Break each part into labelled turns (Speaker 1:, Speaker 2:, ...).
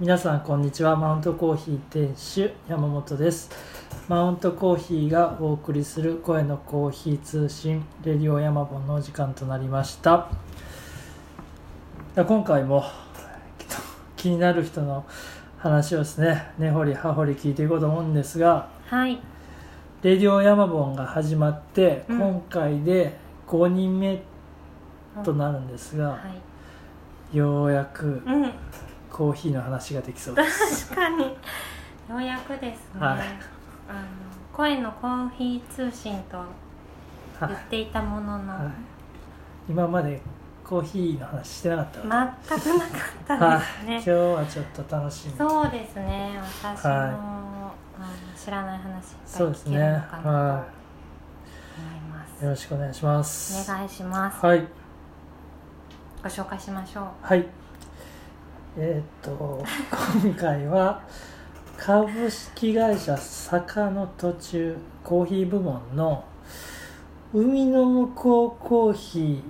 Speaker 1: 皆さんこんにちはマウントコーヒー店主山本ですマウントコーヒーがお送りする声のコーヒー通信レディオヤマボンのお時間となりましたで今回もきっと気になる人の話をですね根掘り葉掘り聞いていこうと思うんですが
Speaker 2: はい
Speaker 1: 「レディオヤマボン」が始まって、
Speaker 2: うん
Speaker 1: 今回で5人目となるんですが、
Speaker 2: はい
Speaker 1: ようやく
Speaker 2: うん
Speaker 1: コーヒーの話ができそうです
Speaker 2: 確かにようやくですね、
Speaker 1: はい
Speaker 2: あの声のコーヒー通信と
Speaker 1: は
Speaker 2: 言
Speaker 1: い
Speaker 2: っていたものの、
Speaker 1: はい今までコーヒーの話してなかったわ
Speaker 2: 全くなかったですね、
Speaker 1: 今日はちょっと楽しみ
Speaker 2: そうですね私も、
Speaker 1: はい
Speaker 2: あの知らない話いっぱい
Speaker 1: そうです
Speaker 2: 聞け
Speaker 1: ね
Speaker 2: るのかなと思
Speaker 1: はい
Speaker 2: ます、
Speaker 1: いよろしくお願いします
Speaker 2: お願いします、
Speaker 1: はい
Speaker 2: ご紹介しましょう
Speaker 1: はいえーっと 今回は株式会社坂の途中コーヒー部門の海の向こうコーヒ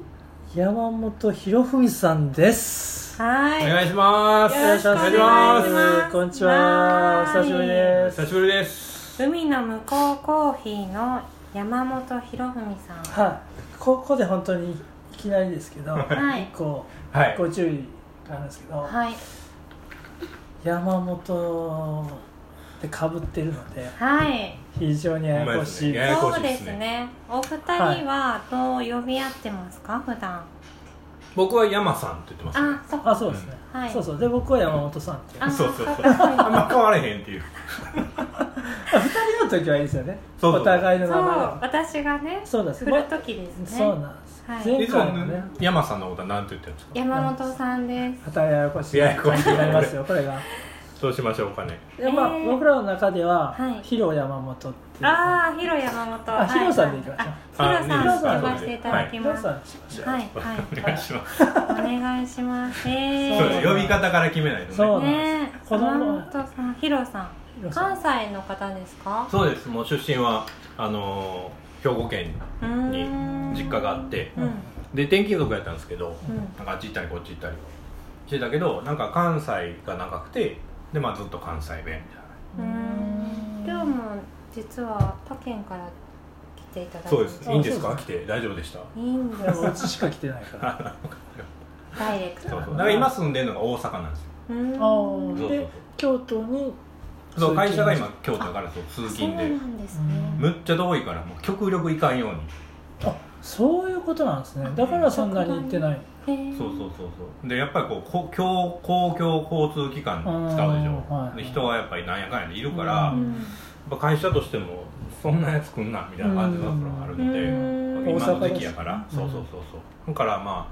Speaker 1: ー山本博文さんです
Speaker 2: は
Speaker 3: お
Speaker 2: い
Speaker 3: 願いします。
Speaker 2: よろしくお願いします
Speaker 3: お願いしま
Speaker 1: こんにちは
Speaker 2: は
Speaker 1: お
Speaker 2: ーい
Speaker 1: 久しぶりです
Speaker 3: 久しぶりです。
Speaker 2: 海の向こうコーヒーの山本博文さん
Speaker 1: はい、ここで本当にいきなりですけど、
Speaker 2: はい
Speaker 1: 一個
Speaker 3: はい。
Speaker 1: ご注意があるんですけど、
Speaker 2: はい
Speaker 1: 山本でかぶってるので
Speaker 2: はい
Speaker 1: 非常にややこしい、
Speaker 3: ややこ
Speaker 2: そ
Speaker 3: し
Speaker 2: う
Speaker 3: い
Speaker 2: で
Speaker 3: ですすね
Speaker 2: ねお二人はどう呼び合ってますか普段
Speaker 3: 僕は山さんって言ってます、
Speaker 2: あそっか
Speaker 1: あそうですね、
Speaker 2: はい
Speaker 1: そうそうで僕は山本さんって
Speaker 2: あ
Speaker 3: そうそうそう
Speaker 2: っか
Speaker 3: あんま変われへんっていう。
Speaker 1: 2人の時はいいですよね
Speaker 3: そうそう
Speaker 1: お互い
Speaker 2: そ
Speaker 1: の
Speaker 2: う
Speaker 1: 名前が
Speaker 2: 私がね
Speaker 1: そうなんです
Speaker 2: 振る時ですね
Speaker 1: そうなんです、
Speaker 2: はい
Speaker 1: 前
Speaker 3: いつも
Speaker 1: 回のね
Speaker 3: 山さんのことは何て言ってるんですか。
Speaker 2: 山本さんです
Speaker 1: またややこしい
Speaker 3: ややこしい
Speaker 1: になりますよこれが
Speaker 3: そうしましょうかね。
Speaker 1: で、まあ
Speaker 2: えー
Speaker 1: 僕らの中では
Speaker 2: はい
Speaker 1: 「ヒロ山本」っていう
Speaker 2: ああヒロ山本
Speaker 1: あヒロさんでいきましょう
Speaker 2: はいヒロさん
Speaker 1: あ
Speaker 2: 呼ばせていただき
Speaker 1: ヒ
Speaker 2: ま
Speaker 1: ロ
Speaker 2: す
Speaker 1: さ
Speaker 2: は
Speaker 1: んにしましょう、
Speaker 2: い
Speaker 3: お
Speaker 2: はい
Speaker 3: 願いします。
Speaker 2: お願いしますえ
Speaker 1: はい
Speaker 3: そうです
Speaker 2: ー
Speaker 3: 呼び方から決めないとね。
Speaker 1: そう
Speaker 2: ねえ
Speaker 1: 子供
Speaker 2: 山本さんヒロさん
Speaker 1: ヒロさん
Speaker 2: 関西の方ですか
Speaker 3: そうです。もう出身はあのー兵庫県
Speaker 2: うーん
Speaker 3: に実家があって
Speaker 2: うん
Speaker 3: で転勤族やったんですけど、
Speaker 2: うん
Speaker 3: なんかあっち行ったりこっち行ったりしてたけど、なんか関西が長くてでまあずっと関西弁みたいな。
Speaker 2: うーん今日も実は他県から来ていただいて
Speaker 3: そうです。いいんです
Speaker 1: あ
Speaker 3: か
Speaker 1: そ
Speaker 3: 来て大丈夫でした。
Speaker 2: いいん
Speaker 1: で
Speaker 2: だ
Speaker 1: もうちしか来てないから
Speaker 2: ダイレクト
Speaker 3: そうそう。だから今住んでるのが大阪なんですよ。
Speaker 2: うーん
Speaker 1: あ
Speaker 3: そうそう
Speaker 1: で京都に
Speaker 3: そう会社が今京都だからそう通
Speaker 2: そう
Speaker 3: 勤
Speaker 2: な
Speaker 3: で
Speaker 2: んです
Speaker 1: うん
Speaker 2: ね
Speaker 3: むっちゃ遠いからもう極力行かんように
Speaker 1: あそういうことなんですねだからそんなに行ってない
Speaker 2: へー
Speaker 3: そうそうそうそうでやっぱりこうこ公公共交通機関使うでし
Speaker 1: うんはい
Speaker 3: ょで人がやっぱりなんやかんやでいるから、
Speaker 1: うん
Speaker 3: やっぱ会社としてもそんなやつ来んなみたいな感じのところがあるので、
Speaker 2: うん
Speaker 3: 今の時期やから
Speaker 1: 大阪だしね
Speaker 3: そうそうそうそうだからま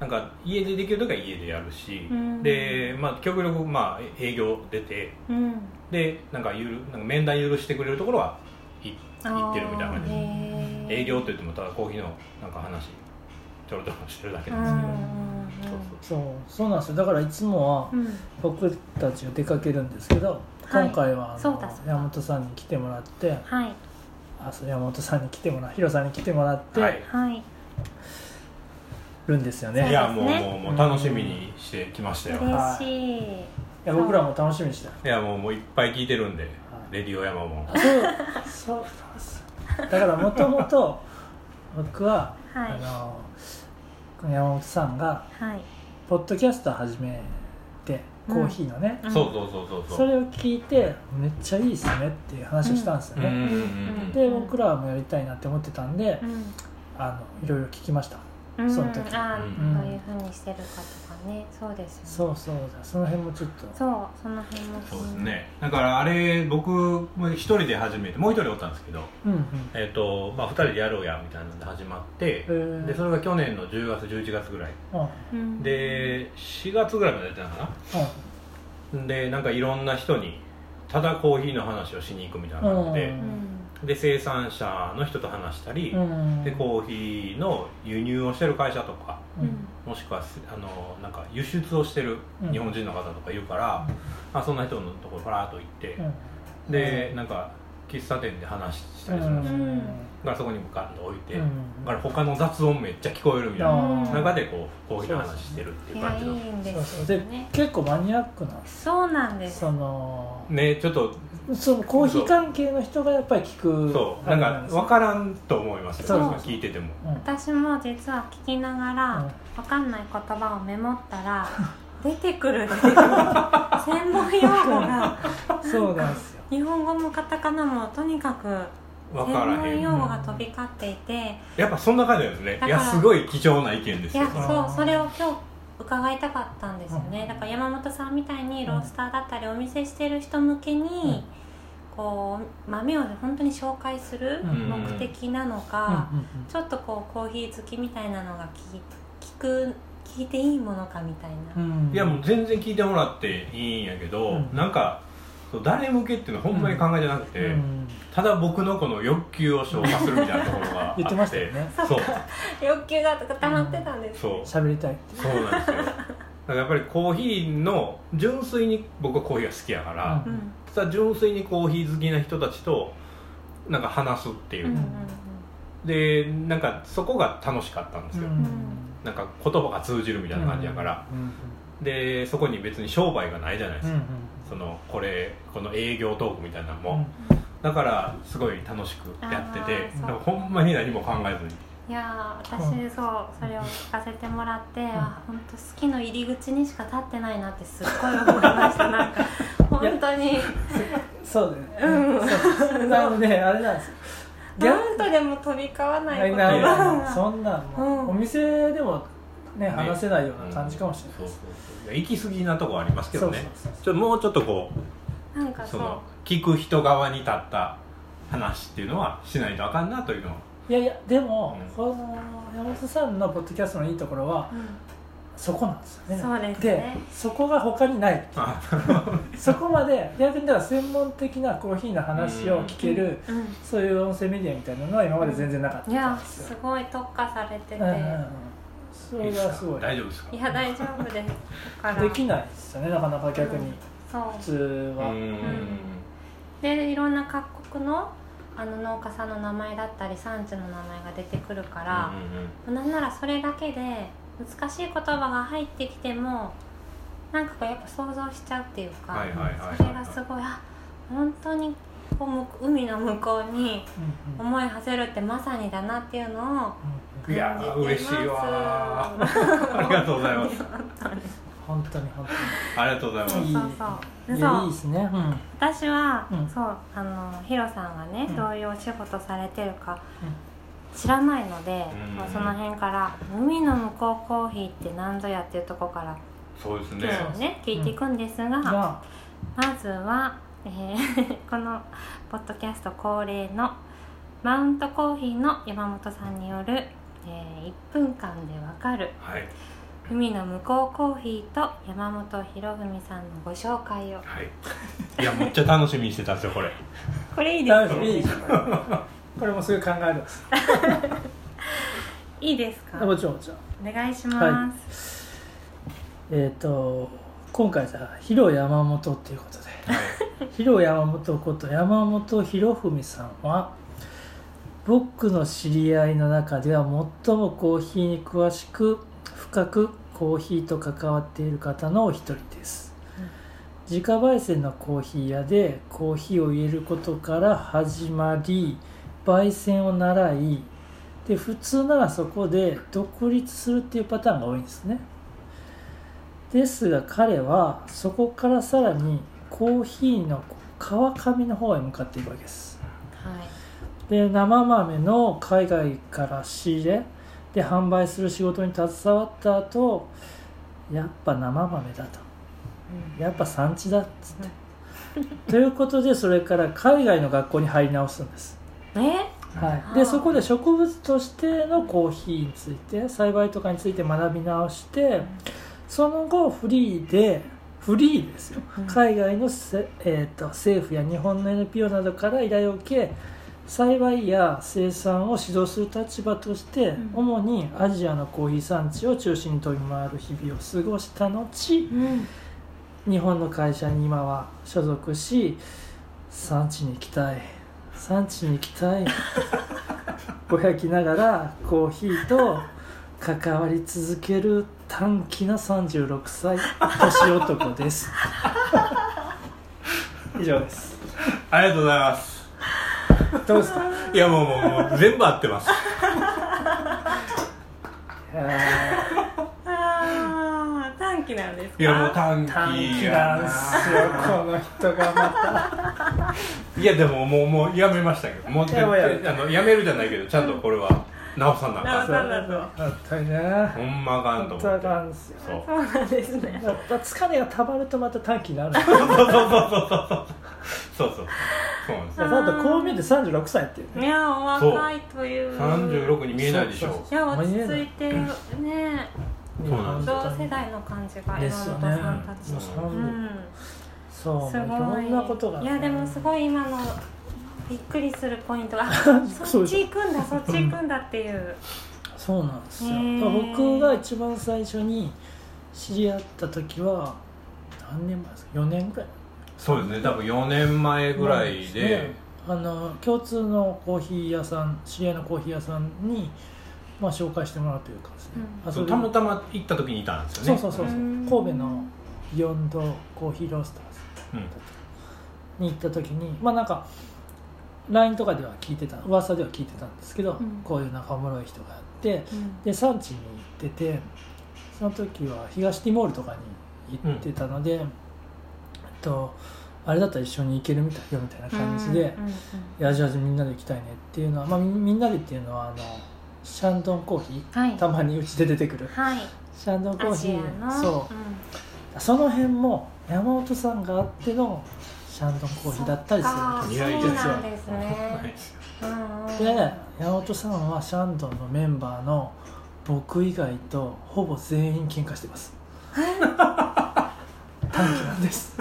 Speaker 3: あなんか家でできる時は家でやるし、
Speaker 2: うん
Speaker 3: で、まあ、極力まあ営業出て
Speaker 2: うん
Speaker 3: でなんかゆるなんか面談許してくれるところは行行ってるみたいな感じです
Speaker 2: じ
Speaker 3: 営業って言ってもただコーヒーのなんか話ちょろちょろしてるだけ
Speaker 2: う
Speaker 3: なんですけど、
Speaker 2: ん
Speaker 1: そ
Speaker 3: そう
Speaker 1: うそうなんですよだからいつもは
Speaker 2: うんうん
Speaker 1: 僕たちが出かけるんですけど
Speaker 2: はい
Speaker 1: 今回はあ
Speaker 2: そう
Speaker 1: の
Speaker 2: だそうだ
Speaker 1: 山本さんに来てもらって
Speaker 2: はい
Speaker 1: あそう山本さんに来てもらうヒロさんに来てもらっ
Speaker 3: は
Speaker 1: て
Speaker 3: い
Speaker 2: はい
Speaker 1: るんですよ
Speaker 2: そう
Speaker 3: い
Speaker 1: ね
Speaker 3: やも
Speaker 2: そう
Speaker 3: う
Speaker 2: ですね
Speaker 3: もうもう楽しみにしてきましたよ、い
Speaker 2: 嬉しい
Speaker 1: いや僕らも楽しみにしてた
Speaker 3: やもうもういっぱい聞いてるんで、レディオ山も
Speaker 1: そうそうなんですよだからもともと僕は
Speaker 2: は
Speaker 1: あ
Speaker 2: い
Speaker 1: のこの山本さんが
Speaker 2: はい
Speaker 1: ポッドキャスト始めてコーヒーのね、
Speaker 2: ん
Speaker 3: そうそうそうそう
Speaker 1: そ
Speaker 3: そう
Speaker 1: れを聞いてめっちゃいいっすねっていう話をしたんですよ
Speaker 3: うんう
Speaker 1: ね、
Speaker 3: んうん
Speaker 1: で僕らもやりたいなって思ってたんで、
Speaker 2: うん
Speaker 1: あのいろいろ聞きました
Speaker 2: うん
Speaker 1: その時
Speaker 2: あ
Speaker 3: うん
Speaker 2: どういうふうにしてるかとかねそうですよね
Speaker 1: そうそうその辺もちょっと
Speaker 2: そうその辺も
Speaker 3: そうですねだからあれ僕も一人で始めてもう一人おったんですけど
Speaker 1: うんうん
Speaker 3: えっ、とまあ二人でやろうやみたいなので始まって、
Speaker 1: えー
Speaker 3: でそれが去年の10月11月ぐらい
Speaker 1: うんうん
Speaker 2: うん
Speaker 3: で4月ぐらいまでやってたのかなでなんかいろんな人にただコーヒーの話をしに行くみたいな感じで,、
Speaker 2: うん
Speaker 3: で生産者の人と話したり、
Speaker 1: うん
Speaker 3: でコーヒーの輸入をしてる会社とか
Speaker 1: う
Speaker 2: うん
Speaker 1: ん
Speaker 3: もしくはすあのなんか輸出をしてる
Speaker 1: うん
Speaker 3: 日本人の方とかいるから、まあ、そんな人のところパラーっと行って、
Speaker 1: うん
Speaker 3: でなんか喫茶店で話したりするんですよ、だからそこにもガンと置いて、だから他の雑音めっちゃ聞こえるみたいな、
Speaker 2: うん
Speaker 3: 中でこうコーヒーの話してるって
Speaker 2: い
Speaker 3: いう
Speaker 2: や
Speaker 3: 感
Speaker 2: い
Speaker 3: じ
Speaker 2: い
Speaker 3: の、
Speaker 2: んで
Speaker 1: そう
Speaker 2: す
Speaker 1: そう
Speaker 2: よ
Speaker 1: で
Speaker 2: ね
Speaker 1: 結構マニアックなんです
Speaker 2: そうなんです
Speaker 1: その
Speaker 3: ねちょっと
Speaker 1: そのコーヒー関係の人がやっぱり聞く
Speaker 3: そう
Speaker 1: あ
Speaker 3: な
Speaker 1: れ
Speaker 3: ん
Speaker 1: で
Speaker 3: か
Speaker 1: すね
Speaker 3: 分からんと思いますよ
Speaker 1: そう
Speaker 2: そう
Speaker 3: 聞いてても
Speaker 1: うん
Speaker 2: 私も実は聞きながら、
Speaker 1: うん
Speaker 2: わかんない言葉をメモったら出てくる出てくる専門用語が
Speaker 1: そうなんですよ
Speaker 2: 日本語もカタカナもとにかく
Speaker 3: 分
Speaker 2: 専
Speaker 3: からへ
Speaker 2: 門
Speaker 3: ん
Speaker 2: 用語が飛び交っていて
Speaker 3: やっぱそんな感じなんですね
Speaker 2: だ
Speaker 3: い
Speaker 2: から
Speaker 3: やすごい貴重な意見です
Speaker 2: い
Speaker 3: よ
Speaker 2: や
Speaker 3: これは
Speaker 2: そうそれを今日伺いたかったんですよね、
Speaker 1: うん
Speaker 2: だから山本さんみたいに
Speaker 1: うん
Speaker 2: ロースターだったりお店してる人向けに、
Speaker 1: ん
Speaker 2: こう豆を本当に紹介する
Speaker 1: うん
Speaker 2: 目的なのか、
Speaker 1: うんうん
Speaker 2: ちょっとこうコーヒー好きみたいなのが聞聞く聞いていいものかみたいな、
Speaker 1: うんうん
Speaker 3: いやもう全然聞いてもらっていいんやけど、
Speaker 1: うん
Speaker 3: なんかそう誰向けっていうのはほんまに考えじゃなくて、
Speaker 1: うん
Speaker 3: ただ僕のこの欲求を消化するみたいなところがあって
Speaker 1: 言ってましたよね
Speaker 3: そう
Speaker 2: 欲求が溜まってたんです、
Speaker 3: そう
Speaker 1: 喋りたいって
Speaker 3: そうなんですよだからやっぱりコーヒーの純粋に僕はコーヒーが好きやから、
Speaker 2: うん
Speaker 3: ただ純粋にコーヒー好きな人たちとなんか話すっていうう、
Speaker 2: ん
Speaker 3: でなんかそこが楽しかったんですよ、
Speaker 1: うん
Speaker 3: なんか言葉が通じるみたいな感じやから、
Speaker 1: うんうん
Speaker 3: でそこに別に商売がないじゃないで
Speaker 1: う
Speaker 3: す
Speaker 1: ん
Speaker 3: か、そのこれこの営業トークみたいなの
Speaker 1: うんう
Speaker 3: も、
Speaker 1: ん
Speaker 3: だからすごい楽しくやってて
Speaker 2: あーそう
Speaker 3: だからほんまに何も考えずに
Speaker 2: いやー私そうそれを聞かせてもらって、あ本当好きの入り口にしか立ってないなってすっごい思いましたなんか本当に
Speaker 1: そうだ
Speaker 2: う
Speaker 1: よね
Speaker 2: ん
Speaker 1: なのであれなんですよ
Speaker 2: ダウンとでも飛び交わない こと
Speaker 1: ないい
Speaker 2: が
Speaker 1: そんなんもう
Speaker 2: うん
Speaker 1: お店でもね話せないような感じかもしれない
Speaker 3: そう
Speaker 1: で
Speaker 3: そう
Speaker 1: す
Speaker 3: そう行き過ぎなとこありますけ
Speaker 1: そ
Speaker 3: ど
Speaker 1: う
Speaker 3: ね
Speaker 1: そうそう
Speaker 3: ちょもうちょっとこ
Speaker 2: なん
Speaker 3: う
Speaker 2: かそ
Speaker 3: そうの聞く人側に立った話っていうのはしないとあかんなというのはい
Speaker 1: やいやでも
Speaker 3: うん
Speaker 1: この山本さんのポッドキャストのいいところは
Speaker 2: う
Speaker 1: そこなんですよね
Speaker 2: そうですね
Speaker 1: でそこが他にない
Speaker 3: あ
Speaker 1: そこまで逆にだから専門的なコーヒーの話を聞ける、
Speaker 2: んうん
Speaker 1: そういう音声メディアみたいなのは今まで全然なかった
Speaker 2: いや
Speaker 1: んです
Speaker 2: す
Speaker 1: よ、
Speaker 2: ごい特化されてて、
Speaker 1: うんうんうん、そ
Speaker 3: い
Speaker 1: れ
Speaker 3: いです
Speaker 1: が
Speaker 3: か
Speaker 1: すごい
Speaker 3: 大丈夫ですか
Speaker 2: いや大丈夫ですだから
Speaker 1: できないですよねなかなか逆に、
Speaker 2: うんそう
Speaker 1: 普通は、
Speaker 3: うーん
Speaker 2: でいろんな各国のあの農家さんの名前だったり産地の名前が出てくるから、なんならそれだけで難しい言葉が入ってきてもなんかこうやっぱ想像しちゃうっていうか、
Speaker 3: はいはいはいはい
Speaker 2: それがすごいあ本当にこうむ海の向こうに
Speaker 1: うんうん
Speaker 2: 思い馳せるってまさにだなっていうのを
Speaker 3: いやー嬉しいわー ありがとうござ います
Speaker 1: 本当に本
Speaker 3: ありがとうございま
Speaker 1: 当
Speaker 3: す
Speaker 1: にいい
Speaker 2: そうそう
Speaker 1: い
Speaker 2: そう
Speaker 1: やいいですね、うんうん
Speaker 2: 私は、
Speaker 1: うん
Speaker 2: そうあのヒロさんがね、
Speaker 1: うん
Speaker 2: どういうお仕事されてるか知らないので、
Speaker 3: うん
Speaker 2: まあその辺から「海の向こうコーヒーって何ぞや」っていうところから
Speaker 3: そうですね
Speaker 2: 今日ね聞いていくんですが、ま
Speaker 1: ま
Speaker 2: ずは、えー このポッドキャスト恒例のマウントコーヒーの山本さんによる「え1分間でわかる
Speaker 3: はい
Speaker 2: 海の向こうコーヒー」と山本博文さんのご紹介を
Speaker 3: はいいやめっちゃ楽しみにしてたんですよこれ
Speaker 2: これいい
Speaker 1: あ
Speaker 2: です
Speaker 1: 楽しみい
Speaker 2: よ
Speaker 1: い
Speaker 2: ね
Speaker 1: ですね これもすぐ考えるんです
Speaker 2: いいですか
Speaker 1: もちろんもちろん
Speaker 2: お願いします、
Speaker 1: えっ、と今回さ「ヒロ山本」っていうことで広山本こと山本博文さんは僕の知り合いの中では最もコーヒーに詳しく深くコーヒーと関わっている方のお一人です、自家焙煎のコーヒー屋でコーヒーを入れることから始まり焙煎を習いで普通ならそこで独立するっていうパターンが多いんですね、ですが彼はそこからさらにコーヒーの川上の方へ向かっていくわけです
Speaker 2: はい
Speaker 1: で生豆の海外から仕入れで販売する仕事に携わった後やっぱ生豆だとやっぱ産地だっつ ってということでそれから海外の学校に入り直すんです、
Speaker 2: え
Speaker 1: はい、
Speaker 2: あ
Speaker 1: で
Speaker 2: ー
Speaker 1: そこで植物としてのコーヒーについて栽培とかについて学び直してその後フリーでフリーですよ
Speaker 2: うん
Speaker 1: 海外のせ、えー、と政府や日本の NPO などから依頼を受け栽培や生産を指導する立場として、
Speaker 2: ん
Speaker 1: 主にアジアのコーヒー産地を中心に飛び回る日々を過ごした後
Speaker 2: うん
Speaker 1: 日本の会社に今は所属し産地に行きたい産地に行き たいぼやきながらコーヒーと関わり続ける短気な36歳年男です以上です
Speaker 3: ありがとうございます
Speaker 1: どうですか
Speaker 3: いやもうもうもう全部合ってます
Speaker 1: いや
Speaker 2: あー短期なんですか
Speaker 3: いやもう短
Speaker 1: ー短
Speaker 3: 期
Speaker 1: 気
Speaker 3: や
Speaker 1: なんすよ
Speaker 3: な
Speaker 1: この人がま
Speaker 3: いやでももうもうやめましたけどもう
Speaker 1: いやもうやめ
Speaker 3: あのやめるじゃないけどちゃんとこれは直さなあか
Speaker 1: た
Speaker 3: ん
Speaker 2: そうなんだ
Speaker 1: あったな
Speaker 3: ほんまあかんと
Speaker 1: 本当あ
Speaker 3: 思って
Speaker 1: かんすよ
Speaker 3: そう
Speaker 2: そうなんですね
Speaker 1: やっぱ疲れがたまるとまた短気になる
Speaker 3: そうそうそうなんです
Speaker 1: だ
Speaker 3: よ
Speaker 1: だってこう見えて36歳っていう
Speaker 2: い
Speaker 1: ね
Speaker 2: やお若いという
Speaker 3: 36に見えないでしょ
Speaker 1: そう
Speaker 2: いや落ち着いてね
Speaker 3: そうなんです
Speaker 2: 同世代の感じが
Speaker 1: で
Speaker 2: 今
Speaker 1: す
Speaker 2: 本
Speaker 1: よね
Speaker 2: さんたち
Speaker 1: も
Speaker 2: の
Speaker 1: うそん
Speaker 2: うん
Speaker 1: そう
Speaker 2: す
Speaker 1: い
Speaker 2: ご
Speaker 1: ろ
Speaker 2: い
Speaker 1: んなことが
Speaker 2: いやでもす
Speaker 1: い
Speaker 2: ごい今のびっくりするポイン トが
Speaker 1: そ
Speaker 2: そうっ
Speaker 1: でし
Speaker 2: ち行くんだそっち行くんだっていう
Speaker 1: そうなんですよ
Speaker 2: へー
Speaker 1: 僕が一番最初に知り合った時は何年前ですか4年ぐらい
Speaker 3: そうですね多分4年前ぐらいで、
Speaker 1: ねあの共通のコーヒー屋さん知り合いのコーヒー屋さんに、まあ、紹介してもらうというかですね、
Speaker 2: う
Speaker 1: あ
Speaker 3: そ
Speaker 1: そうれ
Speaker 3: たまたま行った時にいたんです
Speaker 1: そ
Speaker 3: よ
Speaker 1: う
Speaker 3: ね
Speaker 1: そうそうそう
Speaker 2: うん
Speaker 1: 神戸のビヨンドコーヒーロースターズ
Speaker 3: うん
Speaker 1: に行った時にまあなんか LINE とかでは聞いてた噂では聞いてたんですけど、
Speaker 2: うん
Speaker 1: こういう仲おもろい人があって
Speaker 2: うん
Speaker 1: で産地に行っててその時は東ティモールとかに行ってたので、えっとあれだったら一緒に行けるみたいよみたいな感じで、
Speaker 2: うんうん
Speaker 1: いやじゃあみんなで行きたいねっていうのは、まあ、みみんなでっていうのはあのシャンドンコーヒー
Speaker 2: はい
Speaker 1: たまにうちで出てくる
Speaker 2: はい
Speaker 1: シャンドンコー
Speaker 2: ア
Speaker 1: ヒ
Speaker 2: ジ
Speaker 1: ー
Speaker 2: アの
Speaker 1: そうその辺も山本さんがあってのシャンドンコーヒーだったりする
Speaker 2: うん
Speaker 3: いやいや
Speaker 2: そうなんです
Speaker 3: はい
Speaker 2: ねうんうん
Speaker 1: んですよで山本さんはシャンドンのメンバーの僕以外とほぼ全員喧嘩してます 短期なんです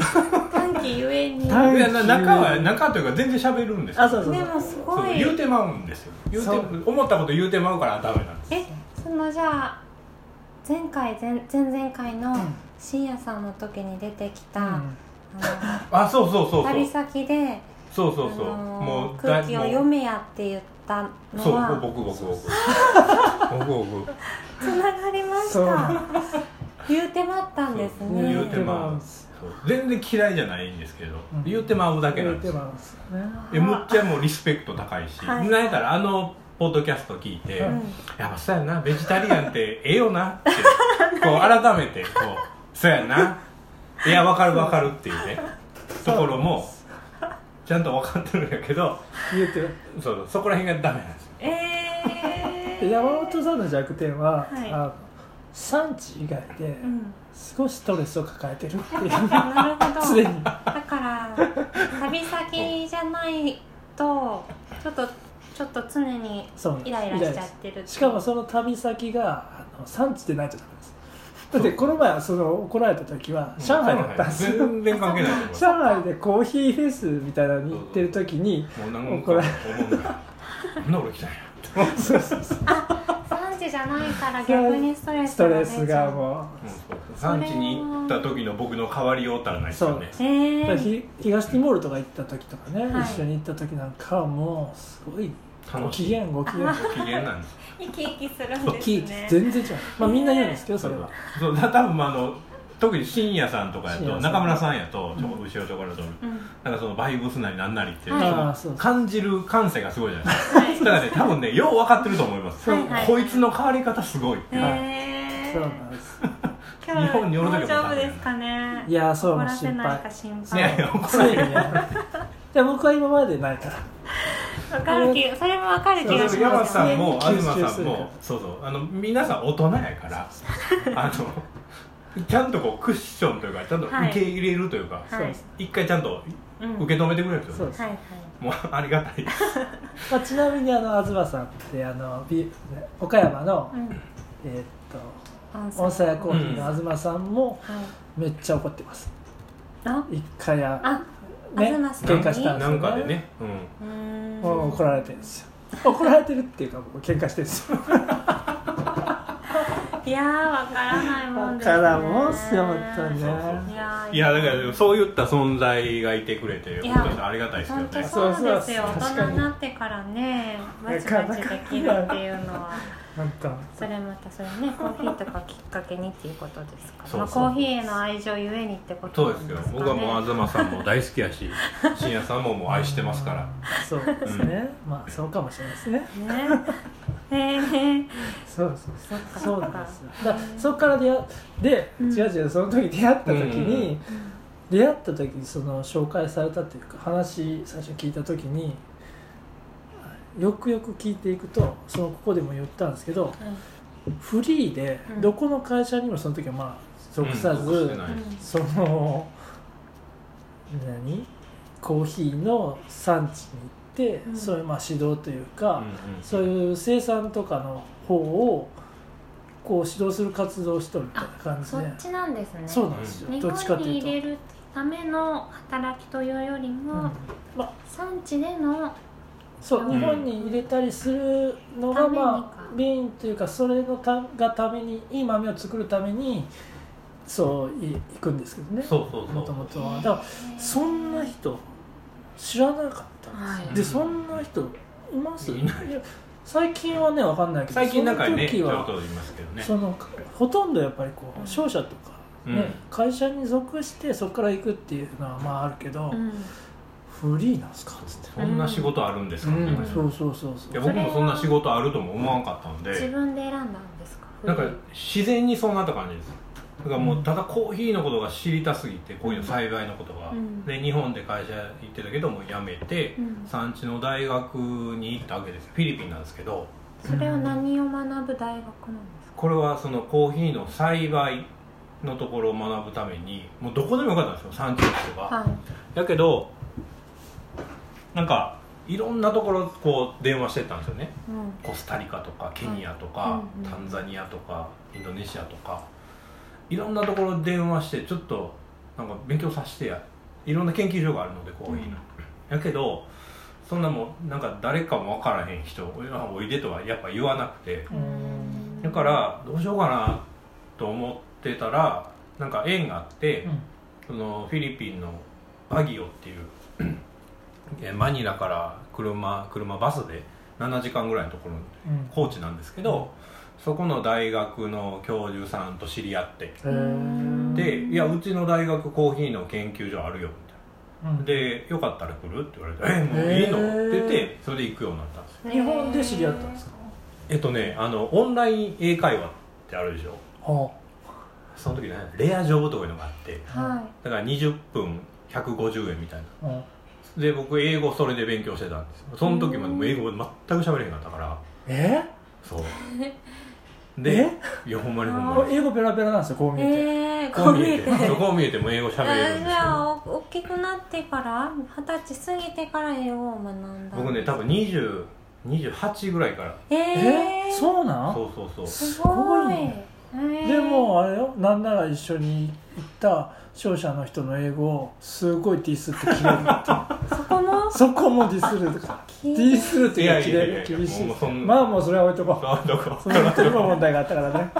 Speaker 2: 短期ゆえに
Speaker 1: 短
Speaker 3: い
Speaker 1: 期
Speaker 3: やな中は中というか全然喋るんですよ
Speaker 1: あそうそう
Speaker 2: でもす
Speaker 3: そ
Speaker 2: ご
Speaker 3: う
Speaker 2: い
Speaker 3: 言うてまうんですよ言うて
Speaker 1: そう
Speaker 3: 思ったこと言うてまうからダメなんです
Speaker 2: えそのじゃあ前回前前々回の
Speaker 1: うん
Speaker 2: 深夜さんの時に出てきた、
Speaker 1: う
Speaker 2: あ
Speaker 1: ん
Speaker 3: あそうそうそ
Speaker 2: の
Speaker 3: うそ
Speaker 2: 旅
Speaker 3: う
Speaker 2: 先で
Speaker 3: そうそうそう、
Speaker 2: あのー
Speaker 3: もう
Speaker 2: 空気を
Speaker 3: だい
Speaker 2: 読めやって言ったの
Speaker 3: もうそう
Speaker 2: は
Speaker 3: 僕僕僕僕僕
Speaker 2: つながりまし
Speaker 1: そう
Speaker 2: た言うてまったんです
Speaker 3: そう
Speaker 2: ね
Speaker 3: 言うてまうんですそう全然嫌いじゃないんですけど、
Speaker 1: うん
Speaker 3: 言うてまうだけな
Speaker 1: 言
Speaker 3: ん
Speaker 1: っ
Speaker 3: です
Speaker 1: て
Speaker 3: よ
Speaker 1: ますよね
Speaker 3: えむっちゃもうリスペクト高いし、
Speaker 2: はい
Speaker 3: なんやったらあのポッドキャスト聞いて、
Speaker 1: う
Speaker 2: うんん
Speaker 3: やっぱそうやなベジタリアンってええよなってこう改めてこうそうやないやわかるわかるっていうねところもちゃんと分かってるんやけど
Speaker 1: 言うてる
Speaker 3: そうそこら辺がダメなんですよ
Speaker 2: えー、
Speaker 1: 山本さんの弱点は、
Speaker 2: はい
Speaker 1: あの産地以外で
Speaker 2: うん
Speaker 1: 少しストレスを抱えてるって いう、
Speaker 2: なるほ ど
Speaker 1: 常に
Speaker 2: だから旅先じゃないとちょっとちょっと常に
Speaker 1: そう
Speaker 2: イライラしちゃってるっていう
Speaker 1: しかもその旅先があの産地でないとダメですだってこの前その怒られた時は上海だったんですよ、
Speaker 3: 全然関係ないと こ
Speaker 1: 上海でコーヒーフェスみたいなのに行ってる時に
Speaker 3: ろもうなんか
Speaker 1: 怒られ
Speaker 3: 思うんだなんで俺来たんや
Speaker 1: そうそうそう
Speaker 2: 3時じゃないから逆にストレス
Speaker 1: ストレ
Speaker 2: 出ちゃ
Speaker 1: ス
Speaker 2: う
Speaker 1: がも
Speaker 3: うんそう産地に行った時の僕の代わりようたらないですよね
Speaker 2: え
Speaker 1: う、だから
Speaker 2: ー、
Speaker 1: ひ東ティモールとか行った時とかね、
Speaker 2: はい
Speaker 1: 一緒に行った時なんかはもうすごいご
Speaker 3: 楽
Speaker 1: 機
Speaker 3: しい
Speaker 1: 嫌ご機嫌
Speaker 3: ご機嫌なんですよ
Speaker 2: 生き生きするん
Speaker 1: 大
Speaker 2: で
Speaker 1: きいで
Speaker 2: す
Speaker 1: す
Speaker 2: ね
Speaker 1: 全然違う、まあ、みんな言うんですけどそれは
Speaker 3: そうだ多分あの特に深夜さんとかや
Speaker 1: 深夜
Speaker 3: と
Speaker 1: さん
Speaker 3: 中村さんやとちょ後ろちょこらと
Speaker 2: うん
Speaker 3: なんかそのバイブスなりなんなりって、
Speaker 2: はい
Speaker 1: ああそうそう
Speaker 3: 感じる感性がすごいじゃないです
Speaker 2: はい
Speaker 3: かだからね多分ねよう分かってると思います、
Speaker 2: はいはい
Speaker 3: こいつの変わり方すごいっていう、
Speaker 2: えー、
Speaker 1: そうなんです
Speaker 2: 今
Speaker 3: 日本におる時
Speaker 2: 大
Speaker 3: も
Speaker 2: 丈夫ですかね
Speaker 1: いやーそう
Speaker 2: 怒
Speaker 1: もう
Speaker 2: らせ
Speaker 1: 心
Speaker 2: ない
Speaker 1: 配
Speaker 2: か心
Speaker 1: そう
Speaker 3: いやい
Speaker 2: 配
Speaker 3: や怒
Speaker 1: 常
Speaker 3: ら
Speaker 1: に
Speaker 3: れる
Speaker 1: ねで僕は今までないから
Speaker 2: わかる気それもわかる気
Speaker 3: そう
Speaker 2: が
Speaker 3: そ
Speaker 2: し
Speaker 3: う山
Speaker 2: ま
Speaker 3: 田
Speaker 2: す
Speaker 3: さんも
Speaker 1: 吸収
Speaker 3: 東さ
Speaker 1: す
Speaker 3: ん
Speaker 1: るから
Speaker 3: もそうそうあの皆さん大人やからあのちゃんとこうクッションというかちゃんと
Speaker 2: はい
Speaker 3: 受け入れるというか、
Speaker 2: はい
Speaker 3: 一回ちゃんと
Speaker 2: うん
Speaker 3: 受け止めてくれるというか、
Speaker 1: そうです
Speaker 2: はいはい
Speaker 3: もうありがたいです
Speaker 1: まあ、ちなみにあの東さんってあのビ岡山の、
Speaker 2: うん
Speaker 1: えーっ
Speaker 2: 温
Speaker 1: と温
Speaker 2: 泉
Speaker 1: 泉コーヒーの東さんも
Speaker 2: はい
Speaker 1: めっちゃ怒ってます
Speaker 2: あ
Speaker 1: 一回や
Speaker 2: あ
Speaker 1: ね
Speaker 2: 東さん
Speaker 1: 喧
Speaker 2: に
Speaker 1: 嘩したんです
Speaker 3: な
Speaker 1: よ、ね、
Speaker 3: んかでね、うん、
Speaker 2: うーん
Speaker 1: もう怒られてるんですよ怒られてるっていうかもう喧嘩してるんですよ
Speaker 2: いやーわからないもんですね
Speaker 1: からもんっすよ本当にね
Speaker 3: そうそう
Speaker 2: いやー
Speaker 3: いやだからでもそういった存在がいてくれて
Speaker 2: いや
Speaker 3: 本当にありがたいですよ
Speaker 2: 本当
Speaker 3: ね
Speaker 2: そうです
Speaker 1: そ
Speaker 2: よ
Speaker 1: うそう
Speaker 2: 大
Speaker 1: 確か
Speaker 2: 人
Speaker 1: に
Speaker 2: になってからねバチバチできるっていうのは
Speaker 1: なんか
Speaker 2: それまたそれねコーヒーとかきっかけにっていうことですから
Speaker 3: そう
Speaker 2: まあ、
Speaker 3: そう
Speaker 2: コーヒーへの愛情ゆえにってこと
Speaker 3: そう
Speaker 2: な
Speaker 3: で
Speaker 2: ん
Speaker 3: す
Speaker 2: で
Speaker 3: よ
Speaker 2: すか、ね、
Speaker 3: 僕はもう東さんも大好きやし深夜さんももう愛してますから
Speaker 1: そうですね、まあそうかもしれないですね
Speaker 2: ねえー
Speaker 1: そうそう
Speaker 2: そっか
Speaker 1: そ
Speaker 2: そうっ
Speaker 1: なん
Speaker 2: か
Speaker 1: ですよだからそこから出会で、
Speaker 2: うん
Speaker 1: 違う違うその時出会った時に、
Speaker 3: うん
Speaker 1: 出会った時にその紹介されたというか話最初に聞いた時によくよく聞いていくとそのここでも言ったんですけどフリーで
Speaker 2: うん
Speaker 1: どこの会社にもその時はまあ属さず、
Speaker 3: うん属してない
Speaker 1: その何コーヒーの産地に行って、
Speaker 2: うん
Speaker 1: そういうまあ指導というか、
Speaker 3: うんうん
Speaker 1: そういう生産とかの方をこう指導する活動をしとるみたいな感
Speaker 2: うん、
Speaker 1: じ
Speaker 2: そ
Speaker 1: で
Speaker 2: っちなんですね
Speaker 1: そうなんですよ、
Speaker 2: 日
Speaker 1: どっちか
Speaker 2: 本
Speaker 1: と
Speaker 2: に
Speaker 1: いう
Speaker 2: 入
Speaker 1: と、
Speaker 2: れるための働きというよりも、
Speaker 1: うん
Speaker 2: 産地での
Speaker 1: そう
Speaker 2: うん
Speaker 1: 日本に入れたりするのが、
Speaker 2: ためにか
Speaker 1: まあ、メインというかそれのたがためにいい豆を作るためにそうい行くんですけどね
Speaker 3: そうそう
Speaker 1: もと
Speaker 3: そう
Speaker 1: もとはだからそんな人知らなかったんですよ、
Speaker 2: はい
Speaker 1: でそんな人います
Speaker 3: いない
Speaker 1: や最近はねわかんないけど
Speaker 3: 最近なんかね
Speaker 1: その
Speaker 3: ち
Speaker 1: 時
Speaker 3: ょ
Speaker 1: は
Speaker 3: っと言いますけどね
Speaker 1: そのほとんどやっぱりこう商社とか、ね
Speaker 3: うん
Speaker 1: 会社に属してそこから行くっていうのはまああるけど、
Speaker 2: うん
Speaker 1: フリーなんすかっつって、
Speaker 3: そんな仕事あるんです
Speaker 1: う
Speaker 3: かって
Speaker 1: ん
Speaker 3: 言いました
Speaker 1: そうそうそう
Speaker 3: い
Speaker 1: そ
Speaker 3: や
Speaker 1: う
Speaker 3: 僕もそんな仕事あるとも思わんかったん
Speaker 2: 自
Speaker 3: で
Speaker 2: 分で選んだんですか
Speaker 3: なんか自然にそうなった感じですだからもうただコーヒーのことが知りたすぎてこういうの栽培のことが、
Speaker 2: うん
Speaker 3: で日本で会社行ってたけどもう辞めて、
Speaker 2: うん
Speaker 3: 産地の大学に行ったわけですフィリピンなんですけど
Speaker 2: それは何を学ぶ大学なんですか
Speaker 3: これはそのコーヒーの栽培のところを学ぶためにもうどこでもよかったんですよ産地の人が、
Speaker 2: はい
Speaker 3: だけどなんかいろんなところこう電話してったんですよね
Speaker 2: うん
Speaker 3: コスタリカとかケニアとか、
Speaker 2: うんうん
Speaker 3: タンザニアとかインドネシアとかいろんなところ電話してちょっとなんか勉強させてやいろんな研究所があるのでこういうの、やけどそんなもんなんか誰かも分からへん人おいあおいでとはやっぱ言わなくて
Speaker 1: うん
Speaker 3: だからどうしようかなと思ってたらなんか縁があって、
Speaker 1: うん
Speaker 3: そのフィリピンのバギオっていうえマニラから車車バスで7時間ぐらいのところに
Speaker 1: うん
Speaker 3: 高知なんですけど、そこの大学の教授さんと知り合って
Speaker 1: へー
Speaker 3: で
Speaker 2: うん
Speaker 3: 「いやうちの大学コーヒーの研究所あるよ」みたい
Speaker 1: うん
Speaker 3: な「でよかったら来る?」って言われて「えもういいの?」って言ってそれで行くようになったんですよ
Speaker 1: 日本で知り合ったんですか
Speaker 3: えっとねあのオンライン英会話ってあるでしょ
Speaker 1: は
Speaker 3: その時ねレアジョブとかいうのがあって
Speaker 2: は
Speaker 3: だから20分150円みたいな
Speaker 1: あうん
Speaker 3: で僕英語それで勉強してたんですよその時までも英語全く喋れへんかったから
Speaker 1: え
Speaker 3: そう でいやほんまにほんま
Speaker 1: こ
Speaker 3: に
Speaker 1: れ英語ペラペラなんですよこう見
Speaker 2: い
Speaker 1: えて、
Speaker 2: ええー、
Speaker 3: こ
Speaker 2: こう
Speaker 3: う見
Speaker 2: 見
Speaker 3: え
Speaker 2: え
Speaker 3: て
Speaker 2: て
Speaker 3: そうこう見えても英語喋れるん
Speaker 2: えー
Speaker 3: で
Speaker 2: じ
Speaker 3: す
Speaker 2: ゃあお大きくなってから二十歳過ぎてから英語を学ん
Speaker 3: け
Speaker 2: だ
Speaker 3: ど僕ね多分20 28ぐらいから
Speaker 2: えー、
Speaker 1: えそうなん
Speaker 3: そうそうそう
Speaker 2: すごいえー
Speaker 1: でもあれよなんなら一緒に行った商社の人の英語をすごいディスって切れる っていう
Speaker 2: そこの
Speaker 1: そこもディスるとかデ
Speaker 2: 聞いて
Speaker 1: ィスるっていうか切れ
Speaker 3: いやいやいや
Speaker 1: る
Speaker 3: いや
Speaker 1: 厳しい
Speaker 3: もうそんな
Speaker 1: まあもうそれは置いとこう
Speaker 3: あどこ
Speaker 1: その人にも問題があったからね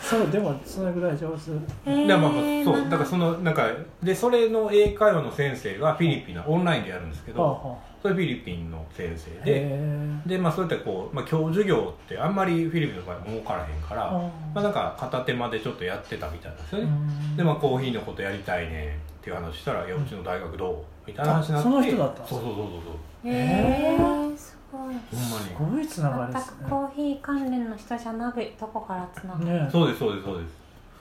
Speaker 1: そうでもそれ ぐらい上手
Speaker 2: え
Speaker 3: で
Speaker 2: ー、
Speaker 3: まあまあそうだからそのなんかでそれの英会話の先生がフィリピンのオンラインでやるんですけ
Speaker 1: はあ
Speaker 3: ど
Speaker 1: はあ
Speaker 3: それフィリピンの先生
Speaker 1: へ
Speaker 3: で
Speaker 1: え
Speaker 3: でまあそういったこう、まあ、教授業ってあんまりフィリピンの場合儲からへんから
Speaker 1: あ
Speaker 3: まあ、なんか片手間でちょっとやってたみたいなんですよ
Speaker 1: う
Speaker 3: ね、
Speaker 1: ん
Speaker 3: でまあコーヒーのことやりたいねっていう話したら「いやうちの大学どう?」みたいな話にな
Speaker 1: あ
Speaker 3: って
Speaker 1: その人だったんです
Speaker 3: そう
Speaker 1: か
Speaker 3: そうそうそう
Speaker 2: えー、すごい
Speaker 3: そうほんますに
Speaker 1: ごいつながりで
Speaker 2: 全
Speaker 1: す
Speaker 2: く
Speaker 1: ね
Speaker 2: コーヒー関連の人じゃないとこからつながる、
Speaker 1: ね
Speaker 3: そうですそうですそうです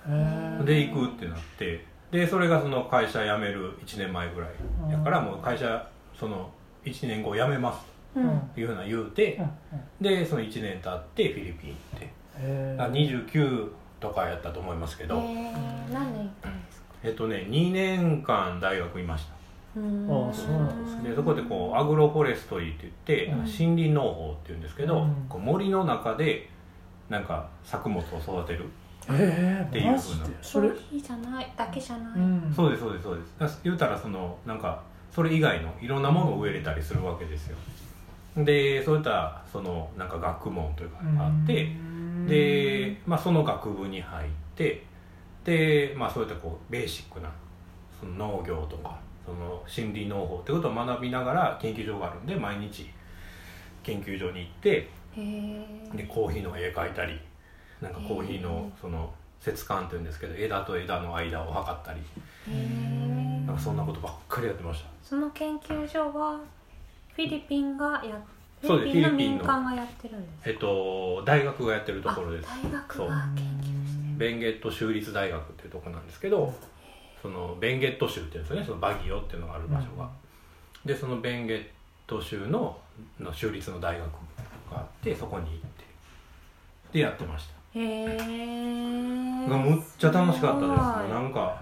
Speaker 1: えへえ
Speaker 3: で行くってなってでそれがその会社辞める1年前ぐらいだからもう会社その1年後辞めます
Speaker 2: う
Speaker 1: うんうん
Speaker 2: ん
Speaker 3: っていうふうな言うて
Speaker 1: うんへ
Speaker 3: でその1年経ってフィリピン行って
Speaker 1: え
Speaker 3: だから29とかやったと思いますけ
Speaker 2: え
Speaker 3: ど、
Speaker 2: ー、何年行ったんですか
Speaker 3: えっとね2年間大学いました
Speaker 2: うー
Speaker 1: あそうなんです
Speaker 3: でそこでこうアグロフォレストリーって言って、
Speaker 1: うん
Speaker 3: 森林農法っていうんですけど、
Speaker 1: うん
Speaker 3: こう森の中でなんか作物を育てる、
Speaker 1: え
Speaker 3: ってい
Speaker 1: え
Speaker 3: う
Speaker 1: マジ
Speaker 3: ふう
Speaker 1: で
Speaker 3: な
Speaker 1: そ
Speaker 2: そ
Speaker 1: れ
Speaker 2: れじゃないだけじゃない、
Speaker 1: うん
Speaker 3: そうですそうですそうですだから言うたらそのなんかそれ以外のいろんなものを植えれたりするわけですよでそういったそのなんか学問というかあって、
Speaker 1: うん
Speaker 3: で、まあ、その学部に入ってで、まあ、そういったこうベーシックなその農業とかその森林農法ってことを学びながら研究所があるんで毎日研究所に行って
Speaker 2: へ
Speaker 3: で
Speaker 2: え
Speaker 3: コーヒーの絵描いたりなんかコーヒーのその節間っていうんですけど枝と枝の間を測ったりなんかそんなことばっかりやってました
Speaker 2: その研究所はフィリピンがやフ
Speaker 3: そう
Speaker 2: ィ
Speaker 3: で
Speaker 2: リ
Speaker 3: す
Speaker 2: ピンの民
Speaker 3: フィリピンの
Speaker 2: 間がやってるんです
Speaker 3: えっと大学がやってると
Speaker 2: あ
Speaker 3: ころです
Speaker 2: 大学
Speaker 3: そう
Speaker 2: が研究して
Speaker 3: ベンゲット州立大学っていうとこなんですけどそのベンゲット州っていうんですよねそのバギオっていうのがある場所が、でそのベンゲット州のの州立の大学があってそこに行ってでやってました
Speaker 2: るへえ
Speaker 3: がむっちゃ楽しかったです
Speaker 2: ごい
Speaker 3: なんか、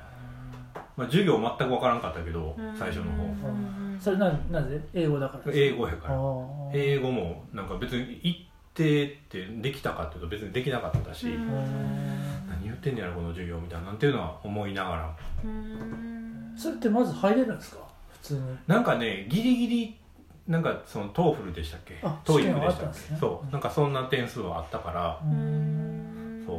Speaker 3: まあ、授業全く分からんかったけど
Speaker 2: うん
Speaker 3: 最初の方
Speaker 2: うん
Speaker 1: それななぜ英語だから
Speaker 3: 英語や
Speaker 1: 語
Speaker 3: から英語もなんか別に行ってってできたかっていうと別にできなかったし、
Speaker 2: うん
Speaker 3: 何言ってんねやろこの授業みたいななんていうのは思いながら
Speaker 2: うん
Speaker 1: それってまず入れるんですか普通に
Speaker 3: なんかねギリギリなんかそのトーフルでしたっけ
Speaker 1: あ
Speaker 3: トーイ
Speaker 1: 試
Speaker 3: ックで
Speaker 1: 験はあっ
Speaker 3: したた
Speaker 1: ん
Speaker 3: っ
Speaker 1: です
Speaker 3: け
Speaker 1: ね
Speaker 3: そうなんかそんな点数はあったから
Speaker 2: うん
Speaker 3: そ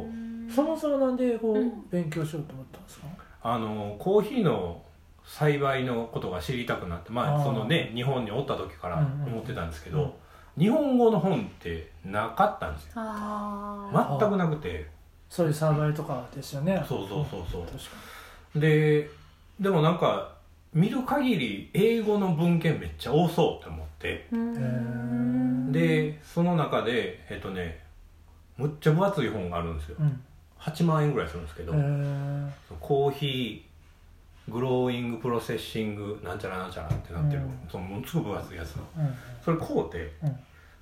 Speaker 3: う
Speaker 1: そもそもなんで英語を
Speaker 2: うん
Speaker 1: 勉強しようと思ったんですか、
Speaker 3: あのコーヒーの栽培のことが知りたくなってま
Speaker 1: あー
Speaker 3: あそのね日本におった時から
Speaker 1: うんうん
Speaker 3: 思ってたんですけど、日本語の本ってなかったんですよ
Speaker 2: ああ
Speaker 3: 全くなくて
Speaker 1: そういうサーバイとかですよね
Speaker 3: そうそうそうそ
Speaker 1: 確か
Speaker 3: うででもなんか見る限り英語の文献めっちゃ多そうって思って
Speaker 2: うん
Speaker 3: でその中でえっとねむっちゃ分厚い本があるんですよ
Speaker 1: にうん
Speaker 3: 8万円ぐらいするんですけど、
Speaker 1: え
Speaker 3: コーヒーグローイングプロセッシングなんちゃらなんちゃらってなってる、
Speaker 1: うん
Speaker 3: そのものすごく分厚いやつの
Speaker 1: ー、うん
Speaker 3: それこうて
Speaker 1: うん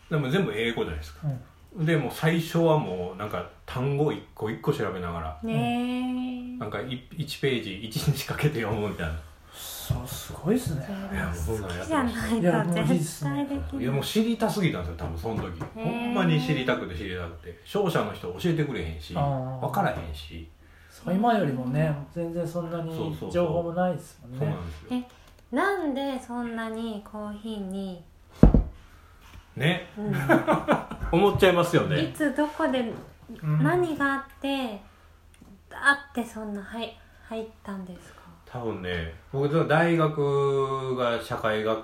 Speaker 3: でも全部英語じゃないですか
Speaker 1: うん
Speaker 3: でもう最初はもうなんか単語一個一個調べながら
Speaker 2: ね
Speaker 3: なんか 1, ページ1日かけて読むみたいな
Speaker 1: そうすごいですね
Speaker 3: いやもうそんなん
Speaker 2: 好
Speaker 3: やっ
Speaker 2: き
Speaker 3: て
Speaker 2: じゃ
Speaker 3: ま
Speaker 2: な
Speaker 3: した
Speaker 1: いやもう
Speaker 2: いと絶対でき
Speaker 3: いや
Speaker 2: ない
Speaker 3: もう知りたすぎたんですよ多分その時
Speaker 2: へー
Speaker 3: ほんまに知りたくて知りたくて勝者の人教えてくれへんし
Speaker 1: あー
Speaker 3: 分からへんし
Speaker 1: そう今よりもね全然そんな
Speaker 3: そう
Speaker 1: に
Speaker 3: そうそう
Speaker 1: 情報もないですもんね
Speaker 3: そうなんですよ
Speaker 2: えなんでそんなにコーヒーに、
Speaker 3: ね
Speaker 2: うん
Speaker 3: 思っちゃいますよ
Speaker 2: いつどこで
Speaker 1: うん
Speaker 2: 何があってあってそんな入入ったんですか
Speaker 3: 多分ね僕大学が社会学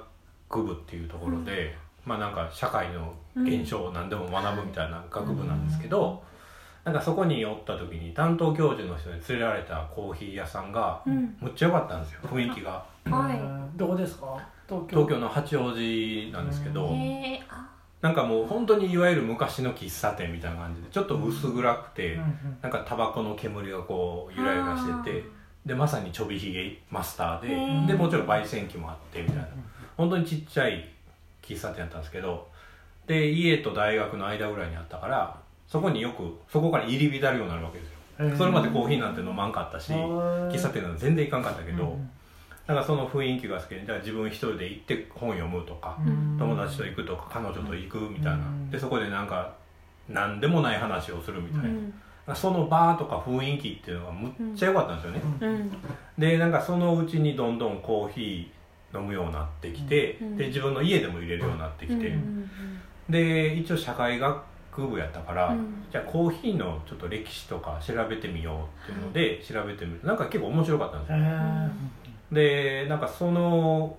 Speaker 3: 部っていうところで、まあなんか社会の現象を何でも学ぶみたいな学部なんですけど、なんかそこにおった時に担当教授の人に連れられたコーヒー屋さんが
Speaker 2: うん
Speaker 3: むっちゃ良かったんですよ雰囲気が
Speaker 2: は
Speaker 1: どこですか東京
Speaker 3: 東京の八王子なんですけど、
Speaker 2: いへえあ
Speaker 3: なんかもう本当にいわゆる昔の喫茶店みたいな感じでちょっと薄暗くて、
Speaker 1: うんうん
Speaker 3: なんかタバコの煙がこうゆらゆらしててでまさにちょびひげマスターで、
Speaker 2: へー
Speaker 3: でもちろん焙煎機もあってみたいな本当にちっちゃい喫茶店だったんですけどで家と大学の間ぐらいにあったからそこによくそこから入り浸るようになるわけですよ、
Speaker 1: へー
Speaker 3: それまでコーヒーなんて飲まんかったし、
Speaker 1: へー
Speaker 3: 喫茶店なんて全然行かんかったけど、
Speaker 1: うん
Speaker 3: なんかその雰囲気が好きでじゃあ自分一人で行って本読むとか、
Speaker 1: うん
Speaker 3: 友達と行くとか彼女と行くみたいな、
Speaker 1: うん
Speaker 3: でそこでなんか何でもない話をするみたいな
Speaker 2: う、ん
Speaker 3: その場とか雰囲気っていうのがむっちゃ良かったんですよね、
Speaker 2: うん
Speaker 3: でなんかそのうちにどんどんコーヒー飲むようになってきて、
Speaker 2: うん
Speaker 3: で自分の家でも入れるようになってきて、
Speaker 2: うん
Speaker 3: で一応社会学部やったから、
Speaker 2: うん
Speaker 3: じゃあコーヒーのちょっと歴史とか調べてみようっていうので調べてみるなんか結構面白かったんです
Speaker 1: へ
Speaker 3: よ、
Speaker 1: ー
Speaker 3: でなんかその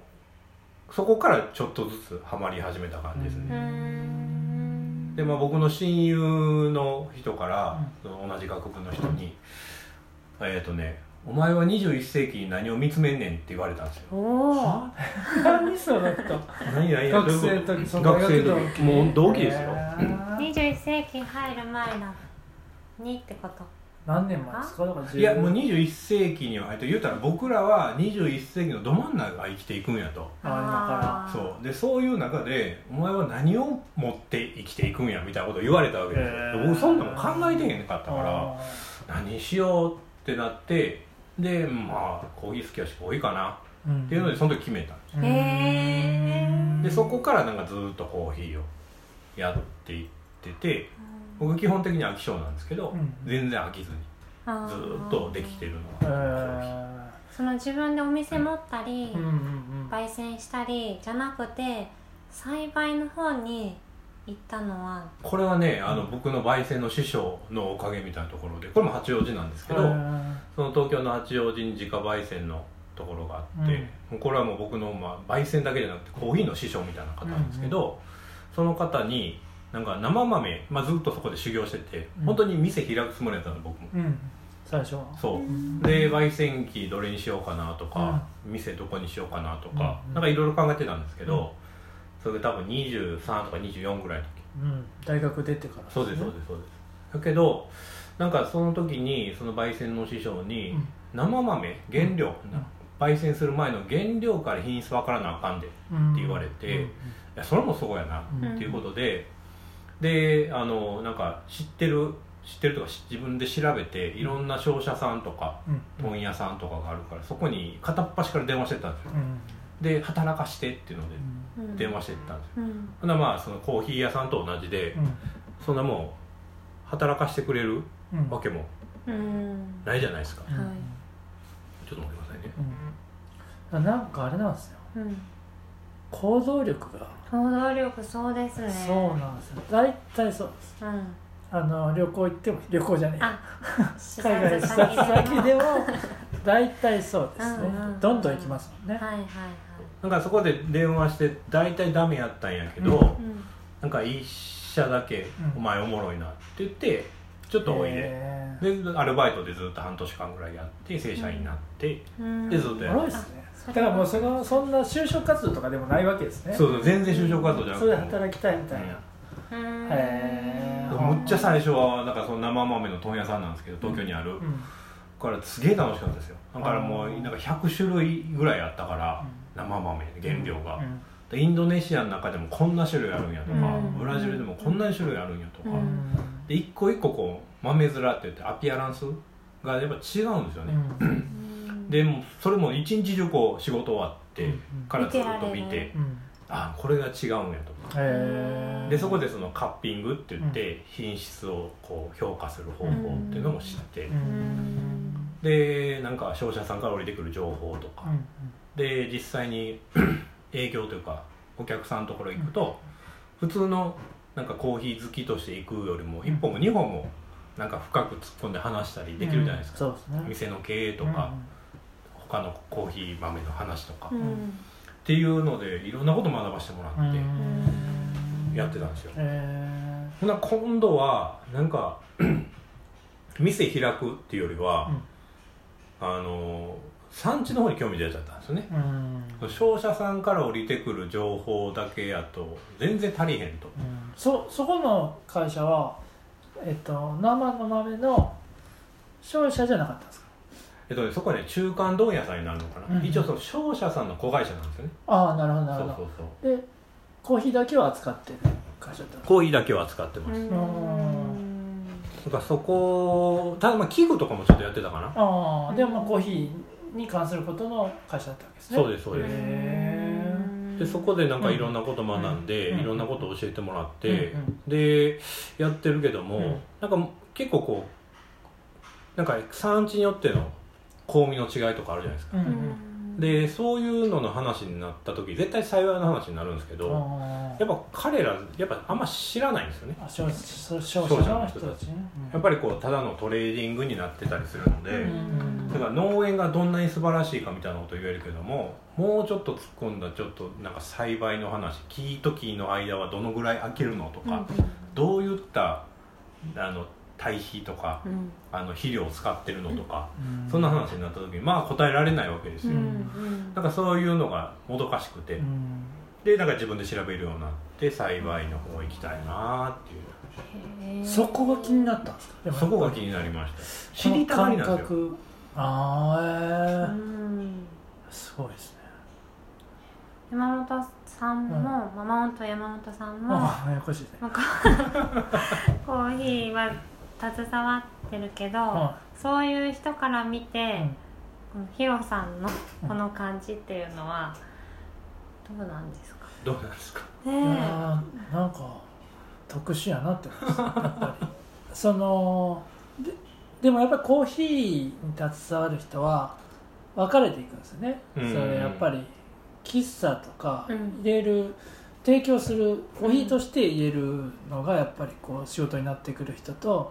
Speaker 3: そこからちょっとずつハマり始めた感じですね、
Speaker 2: うんうん
Speaker 3: でまあ、僕の親友の人から、その同じ学部の人に「えっ、とねお前は21世紀に何を見つめんねん」って言われたんですよ。
Speaker 2: おお
Speaker 1: は何それと
Speaker 3: 何何
Speaker 1: 学生の時その
Speaker 3: 学生の
Speaker 1: 学
Speaker 3: 時もう同期ですよ。
Speaker 1: へー
Speaker 2: 21世紀入る前だにってこと
Speaker 1: 何年前ですかだから
Speaker 3: いやもう
Speaker 1: に
Speaker 3: 21世紀には入って言うたら僕らは21世紀のど真ん中が生きていくんやと。
Speaker 1: あ
Speaker 2: ー
Speaker 3: そうでそういう中でお前は何を持って生きていくんやみたいなことを言われたわけですよ、
Speaker 1: へー
Speaker 3: で僕そんなの考えてへんか
Speaker 1: 今
Speaker 3: った
Speaker 1: から
Speaker 3: から
Speaker 1: あ
Speaker 3: 何しようってなってでまあコーヒー好きやし多いかな
Speaker 1: ーん
Speaker 3: っていうのでその時決めたんで
Speaker 1: うん
Speaker 2: へー
Speaker 3: すでそこからなんかずっとコーヒーをやっていってて僕基本的に飽き性なんですけど、
Speaker 1: うん
Speaker 3: 全然飽きずに
Speaker 2: あー
Speaker 3: ずっとできてるの
Speaker 1: へ
Speaker 3: が
Speaker 1: ー
Speaker 2: その自分でお店持ったり、
Speaker 1: うんうんうん
Speaker 2: 焙煎したりじゃなくて栽培の方に行ったのは
Speaker 3: これはねあの僕の焙煎の師匠のおかげみたいなところでこれも八王子なんですけど、
Speaker 1: うん
Speaker 3: その東京の八王子に自家焙煎のところがあって、
Speaker 1: うん
Speaker 3: もうこれはもう僕の、まあ、焙煎だけじゃなくてコーヒーの師匠みたいな方なんですけど、その方になんか生豆、まあ、ずっとそこで修行してて、
Speaker 1: うん
Speaker 3: 本当に店開くつもりだったの僕も、
Speaker 1: うん最初は
Speaker 3: そううんで焙煎機どれにしようかなとか、店どこにしようかなとか、
Speaker 1: うん
Speaker 3: なんかいろいろ考えてたんですけど、それが多分23とか24ぐらいの時
Speaker 1: うん大学出てから
Speaker 3: そうですそう
Speaker 1: す
Speaker 3: ですそうですだけどなんかその時にその焙煎の師匠に、
Speaker 1: ね
Speaker 3: 生豆原料、
Speaker 1: ん
Speaker 3: な焙煎する前の原料から品質わからなあかんでい
Speaker 1: うん
Speaker 3: って言われて
Speaker 1: うん
Speaker 3: やそれもそうやな、
Speaker 1: うん
Speaker 2: ん
Speaker 3: っていうことでであのなんか知ってる知ってるとかし自分で調べていろんな商社さんとか
Speaker 1: うん
Speaker 3: 問屋さんとかがあるからそこに片っ端から電話してたんですよ
Speaker 1: うん
Speaker 3: で働かしてっていうので
Speaker 1: うん
Speaker 2: うん
Speaker 3: 電話してったんですよ
Speaker 2: うん
Speaker 3: ほんならまあそのコーヒー屋さんと同じでそんなもう働かしてくれる
Speaker 1: うんうん
Speaker 3: わけも
Speaker 2: うん
Speaker 3: ないじゃないですか
Speaker 1: うん
Speaker 2: はい
Speaker 3: ちょっと待ってくださいね
Speaker 1: うんなんかあれなんですよ
Speaker 2: うん
Speaker 1: 行動力が
Speaker 2: 行動力そうですね
Speaker 1: そうなんですよ大体そうです
Speaker 2: うん
Speaker 1: あの旅行行っても旅行じゃねえ
Speaker 2: あ
Speaker 1: 海外視察先でも大体そうですね
Speaker 2: うんうん
Speaker 1: どんどん行きますもんね
Speaker 2: はいはいはい
Speaker 3: なんかそこで電話して大体ダメやったんやけど、
Speaker 1: うん
Speaker 2: うん
Speaker 3: なんか一社だけ
Speaker 1: うん
Speaker 3: 「お前おもろいな」って言ってちょっとおいで、
Speaker 1: へ
Speaker 3: でアルバイトでずっと半年間ぐらいやって正社員になって、
Speaker 2: うん
Speaker 3: でずっ
Speaker 1: え
Speaker 3: とや
Speaker 1: おもろい
Speaker 3: っ
Speaker 1: で
Speaker 3: て、
Speaker 1: すねだからもうそのそんな就職活動とかでもないわけですね
Speaker 3: そうそう全然就職活動じゃな
Speaker 1: それで
Speaker 3: くて
Speaker 1: 働きたいみたいな、
Speaker 2: うん
Speaker 1: へー
Speaker 3: むっちゃ最初はなんかその生豆の問屋さんなんですけど東京にある、
Speaker 1: うん
Speaker 3: からすげえ楽しかったですよだからもうなんか100種類ぐらいあったから、
Speaker 1: う
Speaker 3: 生豆原料が、
Speaker 1: うん
Speaker 3: でインドネシアの中でもこんな種類あるんやとか、
Speaker 2: うん
Speaker 3: ブラジルでもこんな種類あるんやとか、
Speaker 2: うん
Speaker 3: で一個一個こう豆面って言ってアピアランスがやっぱ違うんですよね、
Speaker 1: うん
Speaker 2: うん
Speaker 3: でもうそれも一日中こう仕事終わって
Speaker 1: うん
Speaker 3: からずっと
Speaker 2: 見
Speaker 3: 見て、
Speaker 2: てられる
Speaker 1: うん
Speaker 3: あこれが違うんやと
Speaker 1: へえ
Speaker 3: でそこでそのカッピングって言って品質をこう評価する方法っていうのも知って、
Speaker 1: うんうん
Speaker 3: でなんか商社さんから降りてくる情報とか、で実際に 営業というかお客さんのところ行くと、普通のなんかコーヒー好きとして行くよりも1本も2本もなんか深く突っ込んで話したりできるじゃないですか、
Speaker 1: そうですね
Speaker 3: 店の経営とか、他のコーヒー豆の話とか、
Speaker 2: う
Speaker 3: っ
Speaker 2: ん
Speaker 3: ていうのでいろんなこと学ばせてもら
Speaker 1: うん
Speaker 3: って
Speaker 1: うん
Speaker 3: やってたんですよ、
Speaker 1: へ
Speaker 3: ほな今度はな んか店開くっていうよりは、あの産地の方に興味出ちゃったんですよね
Speaker 1: えうん
Speaker 3: 商社さんから降りてくる情報だけやと全然足りへんと
Speaker 1: うんそそこの会社は、えっと、生の豆の商社じゃなかったんですか
Speaker 3: えっとね、そこはね中間問屋さんになるのかな、
Speaker 1: うん
Speaker 3: 一応その商社さんの子会社なんですよね
Speaker 1: ああなるほど
Speaker 3: そ
Speaker 1: なる
Speaker 3: う
Speaker 1: ほ
Speaker 3: そうそう
Speaker 1: どでコーヒーだけを扱ってる会社だったの
Speaker 3: コーヒーだけは扱ってます、
Speaker 2: うん
Speaker 3: だからそこただまあ器具とかもちょっとやってたかな
Speaker 1: ああでもまあコーヒーに関することの会社だったわけですね
Speaker 3: そうですそうです
Speaker 1: へ
Speaker 3: でそこでなんかいろんなこと学んで、
Speaker 1: うん
Speaker 3: いろんなことを教えてもらっ
Speaker 1: え
Speaker 3: て、
Speaker 1: うんうん
Speaker 3: でやってるけども、
Speaker 1: うん
Speaker 3: なんか結構こうなんか産地によっての香味の違いとかあるじゃないですか、
Speaker 1: うん
Speaker 2: う
Speaker 1: うん
Speaker 2: ん
Speaker 3: でそういうのの話になった時絶対幸いの話になるんですけど、
Speaker 1: あ
Speaker 3: やっぱ彼らやっぱあんま知らないんですよね
Speaker 1: あ商商商社の人たちね
Speaker 3: やっぱりこうただのトレーディングになってたりするので、
Speaker 2: うん
Speaker 3: だから農園がどんなに素晴らしいかみたいなこと言えるけどももうちょっと突っ込んだちょっとなんか栽培の話木と木の間はどのぐらい空けるのとか、どういったあの堆肥とか
Speaker 2: うん
Speaker 3: あの肥料を使ってるのとか、
Speaker 1: うん
Speaker 3: そんな話になった時にまあ答えられないわけです
Speaker 2: う
Speaker 3: よ、
Speaker 2: ん
Speaker 3: なんかそういうのがもどかしくて、
Speaker 1: うん
Speaker 3: でなんか自分で調べるようになって栽培の方行きたいなっていう、
Speaker 2: へー
Speaker 1: そこが気になったんですかでも
Speaker 3: そこが気になりました知りたがりなんです
Speaker 1: こ
Speaker 3: よ
Speaker 1: の感覚あ
Speaker 2: う
Speaker 1: あえ
Speaker 2: ん
Speaker 1: えすごいですね
Speaker 2: 山本さんも、
Speaker 1: うん
Speaker 2: ママオンと山本さんも、
Speaker 1: ああややこしいですね
Speaker 2: まあコーコーヒーは携わってるけど、
Speaker 1: は
Speaker 2: そういう人から見
Speaker 1: い
Speaker 2: て、
Speaker 1: うん
Speaker 2: このヒロさんの
Speaker 1: うん
Speaker 2: この感じっていうのはどうなんですか
Speaker 3: どうなんですか
Speaker 2: ね
Speaker 1: い
Speaker 2: え
Speaker 1: やーなんか特殊やなって思いましたやっ ぱりそのででもやっぱりコーヒーに携わる人は分かれていくんですよね、
Speaker 3: うん
Speaker 1: それやっぱり喫茶とか
Speaker 2: うん
Speaker 1: 入れる提供するコーヒーとして言えるのがやっぱりこう仕事になってくる人と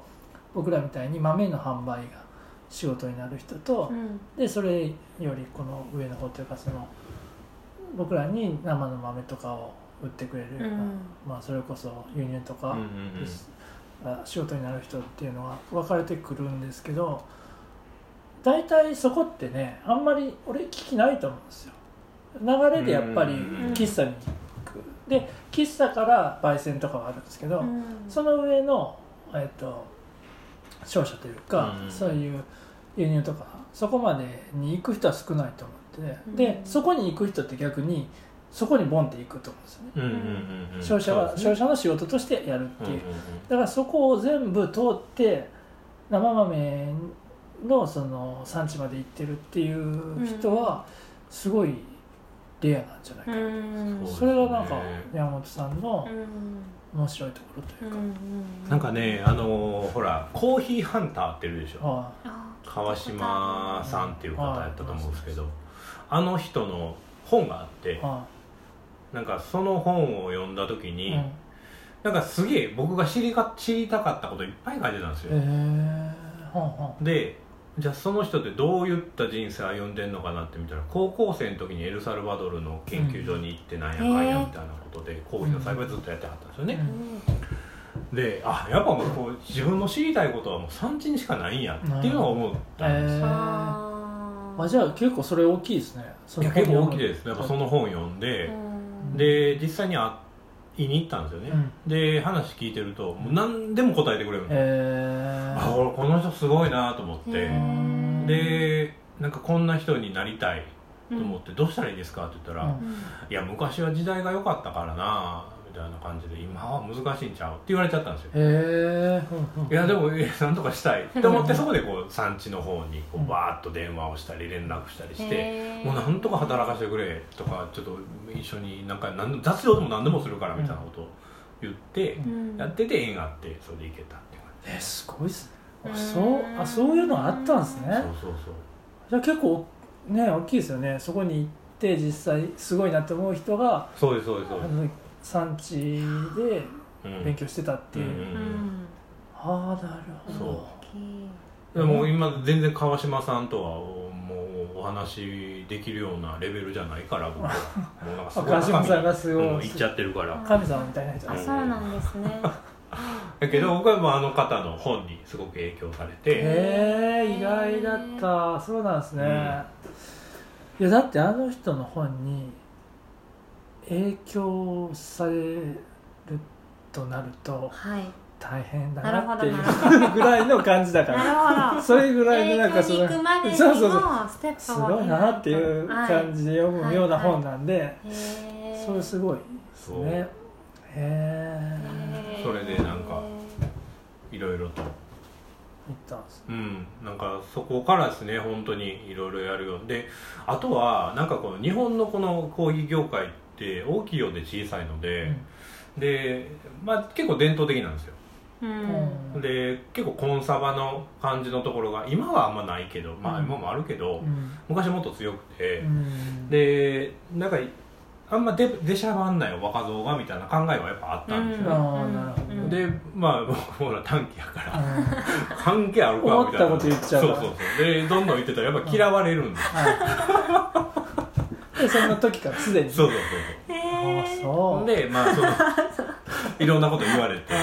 Speaker 1: 僕らみたいに豆の販売が仕事になる人と
Speaker 2: う、ん
Speaker 1: でそれよりこの上の方というかその僕らに生の豆とかを売ってくれるような、
Speaker 2: うん
Speaker 1: まあ、それこそ輸入とか
Speaker 3: うんうんうん
Speaker 1: が仕事になる人っていうのは分かれてくるんですけど大体そこってねあんまり俺聞きないと思うんですよ流れでやっぱり
Speaker 3: うん
Speaker 1: 喫茶に行くで喫茶から焙煎とかはあるんですけど、
Speaker 2: うん
Speaker 1: その上の、えっと商社というか、
Speaker 3: うん
Speaker 1: そういう輸入とかそこまでに行く人は少ないと思ってて、
Speaker 2: うん
Speaker 1: でそこに行く人って逆にそこにボンって行くと思うんですよね、
Speaker 3: うんうんうんうん
Speaker 1: 商社は、
Speaker 3: そ
Speaker 1: 商
Speaker 3: うですね
Speaker 1: 社の仕事としてやるっていう、
Speaker 3: うんうん
Speaker 1: だからそこを全部通って生豆のその産地まで行ってるっていう人はすごいレアなんじゃないか
Speaker 2: う
Speaker 1: な、
Speaker 2: ん
Speaker 3: そう
Speaker 1: それがなんか
Speaker 3: そうですね
Speaker 1: 山本さんの面白いところと
Speaker 2: う
Speaker 1: いうんか、
Speaker 3: うんなんかねあのーほらコーヒーハンターっているでしょ
Speaker 1: は
Speaker 2: あー
Speaker 3: 川島さんっていう方やったと思うんですけどあの人の本があっ
Speaker 1: い
Speaker 3: て
Speaker 1: は
Speaker 3: なんかその本を読んだ時
Speaker 1: い、
Speaker 3: に、
Speaker 1: うん
Speaker 3: なんかすげえ僕が知りか知りたかったこといっぱい書いてたんです
Speaker 1: へ
Speaker 3: よ、
Speaker 1: えはんは
Speaker 3: でじゃあその人ってどういった人生歩んでんのかなって見たら高校生の時にエルサルバドルの研究所に行ってなんやかんやみたいなことで、コーヒーの栽培ずっとやってはったんですよね、であやっぱもうこう自分の知りたいことはもう産地にしかないんやっていうのは思ったんです、
Speaker 1: へ
Speaker 2: うん
Speaker 1: ー
Speaker 2: あー
Speaker 1: あじゃあ結構それ大きいですねそ
Speaker 3: い
Speaker 1: の本
Speaker 3: や結構
Speaker 1: 読む
Speaker 3: 大きいですやっぱその本読んで、
Speaker 2: うん
Speaker 3: で実際に会いに行ったんですよね、
Speaker 1: うん
Speaker 3: で話聞いてるともう何でも答えてくれるんですよ
Speaker 1: へ
Speaker 3: あ俺この人すごいなと思っ
Speaker 2: へ
Speaker 3: て
Speaker 2: ー
Speaker 3: でなんかこんな人になりたいと思って、どうしたらいいですかって言ったら、
Speaker 1: うん
Speaker 2: う
Speaker 3: いや昔は時代が良かったからなみたいな感じで今は難しいんちゃうって言われちゃったんですよ
Speaker 1: えへえ
Speaker 3: いやでもえなんとかしたいって思ってそこでこう産地の方にこ
Speaker 1: うん
Speaker 3: うバーッと電話をしたり連絡したり
Speaker 2: ん
Speaker 3: して、
Speaker 2: へー
Speaker 3: もうなんとか働かせてくれとかちょっと一緒になんか何でも雑用でも何でもするからみたいなことを言って、
Speaker 2: うん
Speaker 3: やってて縁があってそれでいけたっていう
Speaker 1: えすごいですね
Speaker 2: う
Speaker 1: あ
Speaker 2: ん
Speaker 1: そうあそういうのあったんですね
Speaker 3: 感じそうそうそう
Speaker 1: じゃあ結構ね大きいですよねそこに行って実際すごいなって思う人が
Speaker 3: そうですそうですそう
Speaker 1: あ
Speaker 3: で、
Speaker 1: の産地です勉強してたっていう、
Speaker 3: うんうん
Speaker 2: うん
Speaker 1: ああなるほど
Speaker 2: 大きい
Speaker 3: でも今全然川島さんとはもうお話できるようなレベルじゃないから僕はもうなんかす ごい
Speaker 1: 川島さんがすごい
Speaker 3: もう行っちゃってるから
Speaker 1: 神様みたいな人
Speaker 2: あそうなんですね
Speaker 3: だけど僕はもうあの方の本にすごく影響されて
Speaker 1: へえ意外だったそうなんですね、
Speaker 3: うん
Speaker 1: いやだってあの人の本に影響されるとなると
Speaker 2: はい
Speaker 1: 大変だ
Speaker 2: なる
Speaker 1: な
Speaker 2: ほ
Speaker 1: って
Speaker 2: ど
Speaker 1: い
Speaker 2: なる
Speaker 1: うぐらいの感じだ から
Speaker 2: なるほど
Speaker 1: それぐらいの
Speaker 2: 映画
Speaker 1: なんか
Speaker 2: に
Speaker 1: そ
Speaker 2: 行
Speaker 1: の
Speaker 2: くまでにも
Speaker 1: そうそうそう
Speaker 2: ステップ
Speaker 1: す
Speaker 2: を
Speaker 1: ごいなっていう感
Speaker 2: じ
Speaker 1: じで読むような本なんで、それ
Speaker 2: そ
Speaker 1: すごいです
Speaker 3: そう
Speaker 1: ねへえ
Speaker 3: それでなんかいろいろと
Speaker 1: 行ったんです
Speaker 3: うんなんかそこからですね本当にいろいろやるようであとはなんかこの日本のこの講義業界って大きいようで小さいので、
Speaker 1: ね
Speaker 3: で、まあ、結構伝統的なんですよ
Speaker 2: うん
Speaker 3: で結構コンサバの感じのところが今はあんまないけどまあ
Speaker 1: うん
Speaker 3: 今もあるけど、
Speaker 1: うん
Speaker 3: 昔もっと強くて
Speaker 1: う、ん
Speaker 3: でなんかあんま出出しゃばんないよ若造がみたいな考えはやっぱあったんです
Speaker 1: う
Speaker 3: よ、
Speaker 1: あーなるほど
Speaker 2: うん
Speaker 3: でまあ僕ほら短期やから
Speaker 1: うん
Speaker 3: 関係あるかみたいな
Speaker 1: 思ったこと言っちゃう
Speaker 3: そうそうそうでどんどん言ってたらやっぱ嫌われるんです、
Speaker 1: はい、でそんな時からすでに
Speaker 3: そうそうそう
Speaker 2: へ
Speaker 1: ああ
Speaker 2: ー
Speaker 3: そうほ
Speaker 1: そ
Speaker 3: ん
Speaker 1: う
Speaker 3: でま あそのいろんなこと言われて
Speaker 2: う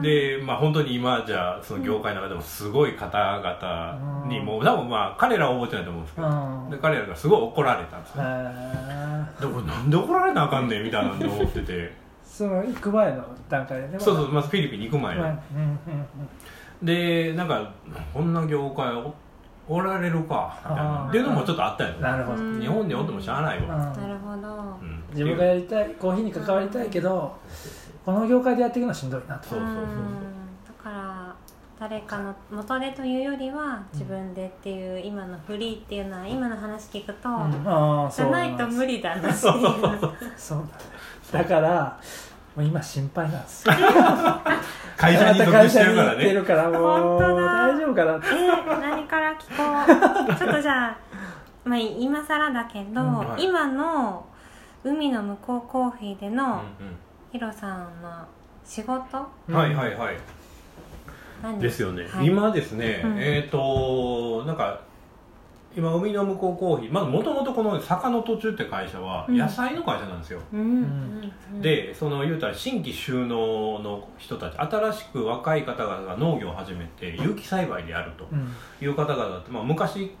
Speaker 2: ん
Speaker 3: でまあ本当に今じゃあその業界の中でもすごい方々にもう多分まあ彼らは覚えてないと思うんですけ
Speaker 1: う
Speaker 3: ど、
Speaker 1: ん
Speaker 3: で彼らがすごい怒られたんです
Speaker 1: へ
Speaker 3: よ、
Speaker 1: え
Speaker 3: でもなんで怒られなあかんねんみたいなの思ってて
Speaker 1: その行く前の段階でね
Speaker 3: そうそううまずフィリピンに行く前
Speaker 1: うんうん
Speaker 3: にでなんかこんな業界おおられるかみたい
Speaker 1: あ
Speaker 3: な
Speaker 1: ー
Speaker 3: っていうのもちょっとあったよ
Speaker 1: うんなるほど、
Speaker 2: う
Speaker 1: うん、
Speaker 3: 日本におってもしゃあないわ、
Speaker 2: なんるほど
Speaker 3: うん
Speaker 1: 自分がやりたいコーヒーに関わりたいけどこの業界でやっていくのはしんどいなと
Speaker 3: そうそうそうそうん
Speaker 2: だから誰かの元手というよりは自分でっていう今のフリーっていうのは今の話聞くと、
Speaker 1: うんああ
Speaker 2: じ
Speaker 1: そ
Speaker 2: ゃ
Speaker 1: う
Speaker 2: ないと無理だなっていう
Speaker 1: そうなんだだからもう今心配なんです
Speaker 3: 会社に
Speaker 1: あなた
Speaker 3: 属
Speaker 1: 会
Speaker 3: して
Speaker 1: 社
Speaker 3: る
Speaker 1: に行
Speaker 3: から
Speaker 1: って
Speaker 3: ね
Speaker 1: るからも
Speaker 2: 本
Speaker 1: う
Speaker 2: 当だ
Speaker 1: 大丈夫かなって
Speaker 2: え何から聞こうちょっとじゃあ、まあ、今更だけど、
Speaker 1: うん
Speaker 3: はい
Speaker 2: 今の海の向こうコーヒーで
Speaker 3: うん
Speaker 2: のヒロさんの仕事
Speaker 3: うんはいはいはい、
Speaker 2: 何
Speaker 3: ですよね、
Speaker 2: はい
Speaker 3: 今ですね、
Speaker 2: うん
Speaker 3: えっ、となんか今海の向こうコーヒーまずもともとこの坂の途中って会社は
Speaker 2: うん
Speaker 3: 野菜の会社なんですよ、
Speaker 2: うんうんうん、
Speaker 3: でその言うたら新規収納の人たち新しく若い方々が農業を始めて有機栽培であると
Speaker 1: うん
Speaker 3: いう方々って、まあ、昔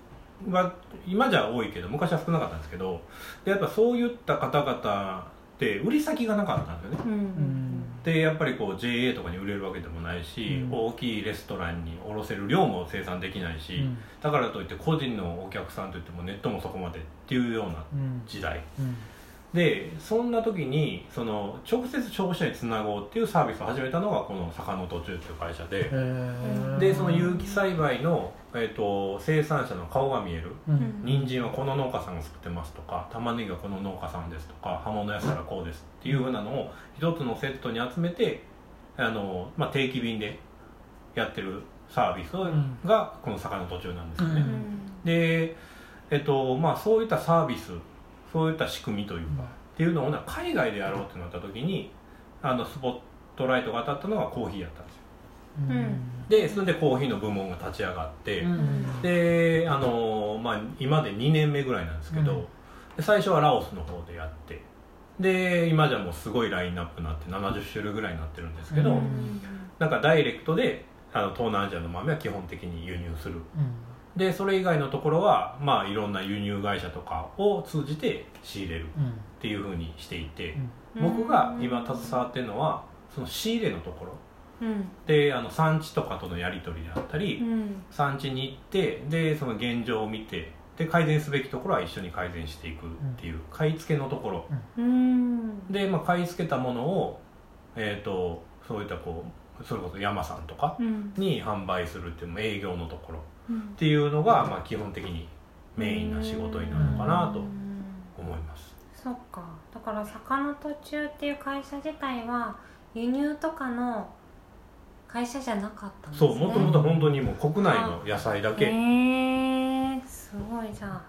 Speaker 3: は今じゃ多いけど昔は少なかったんですけどでやっぱそういった方々って売り先がなかったんですよね
Speaker 2: うんうん
Speaker 3: でやっぱりこう JA とかに売れるわけでもないし、
Speaker 1: うん
Speaker 3: 大きいレストランに卸せる量も生産できないし、
Speaker 1: うん
Speaker 3: だからといって個人のお客さんといってもネットもそこまでっていうような
Speaker 1: うん
Speaker 3: 時代
Speaker 1: うん
Speaker 3: でそんな時にその直接消費者につなごうっていうサービスを始めたのがこの坂の途中っていう会社で、
Speaker 1: へー
Speaker 3: でその有機栽培の、えっと生産者の顔が見える
Speaker 1: うん
Speaker 2: うん
Speaker 3: 人参はこの農家さんが作ってますとか玉ねぎはこの農家さんですとか葉物野菜はこうですっていうふうなのを一つのセットに集めてあの、まあ、定期便でやってるサービスを
Speaker 1: うん
Speaker 3: がこの坂の途中なんですよ
Speaker 1: う
Speaker 3: ね、
Speaker 2: うん
Speaker 3: で、えっとまあ、そういったサービスそういった仕組みというか、
Speaker 1: うん
Speaker 3: っていうのをな海外でやろうってなった時にあのスポットライトが当たったのがコーヒーやったんですよ
Speaker 1: うん
Speaker 3: でそれでコーヒーの部門が立ち上がって、
Speaker 1: うん
Speaker 3: であの、まあ、今で2年目ぐらいなんですけど、
Speaker 1: うん
Speaker 3: で最初はラオスの方でやってで今じゃもうすごいラインナップになって70種類ぐらいになってるんですけど、
Speaker 1: うん
Speaker 3: なんかダイレクトであの東南アジアの豆は基本的に輸入するでそれ以外のところは、まあ、いろんな輸入会社とかを通じて仕入れる
Speaker 1: うん
Speaker 3: っていうふうにしていて、
Speaker 2: うん
Speaker 3: 僕が今携わってるのはその仕入れのところ
Speaker 2: うん
Speaker 3: であの産地とかとのやり取りであったり、
Speaker 2: うん
Speaker 3: 産地に行ってでその現状を見てで改善すべきところは一緒に改善していくっていう、買い付けのところ
Speaker 2: うん
Speaker 3: で、まあ、買い付けたものを、えー、とそういったこうそれこそ山さんとか
Speaker 2: うん
Speaker 3: に販売するっていうまあ営業のところ
Speaker 2: うん
Speaker 3: っていうのが、まあ、基本的にメインな仕事になるのかなと
Speaker 2: うん
Speaker 3: 思います。
Speaker 2: そっかだから坂の途中っていう会社自体は輸入とかの会社じゃなかったんです
Speaker 3: そ
Speaker 2: ね
Speaker 3: うもともと本当にもう国内の野菜だ
Speaker 2: へ
Speaker 3: け
Speaker 2: えー、すごいじゃあ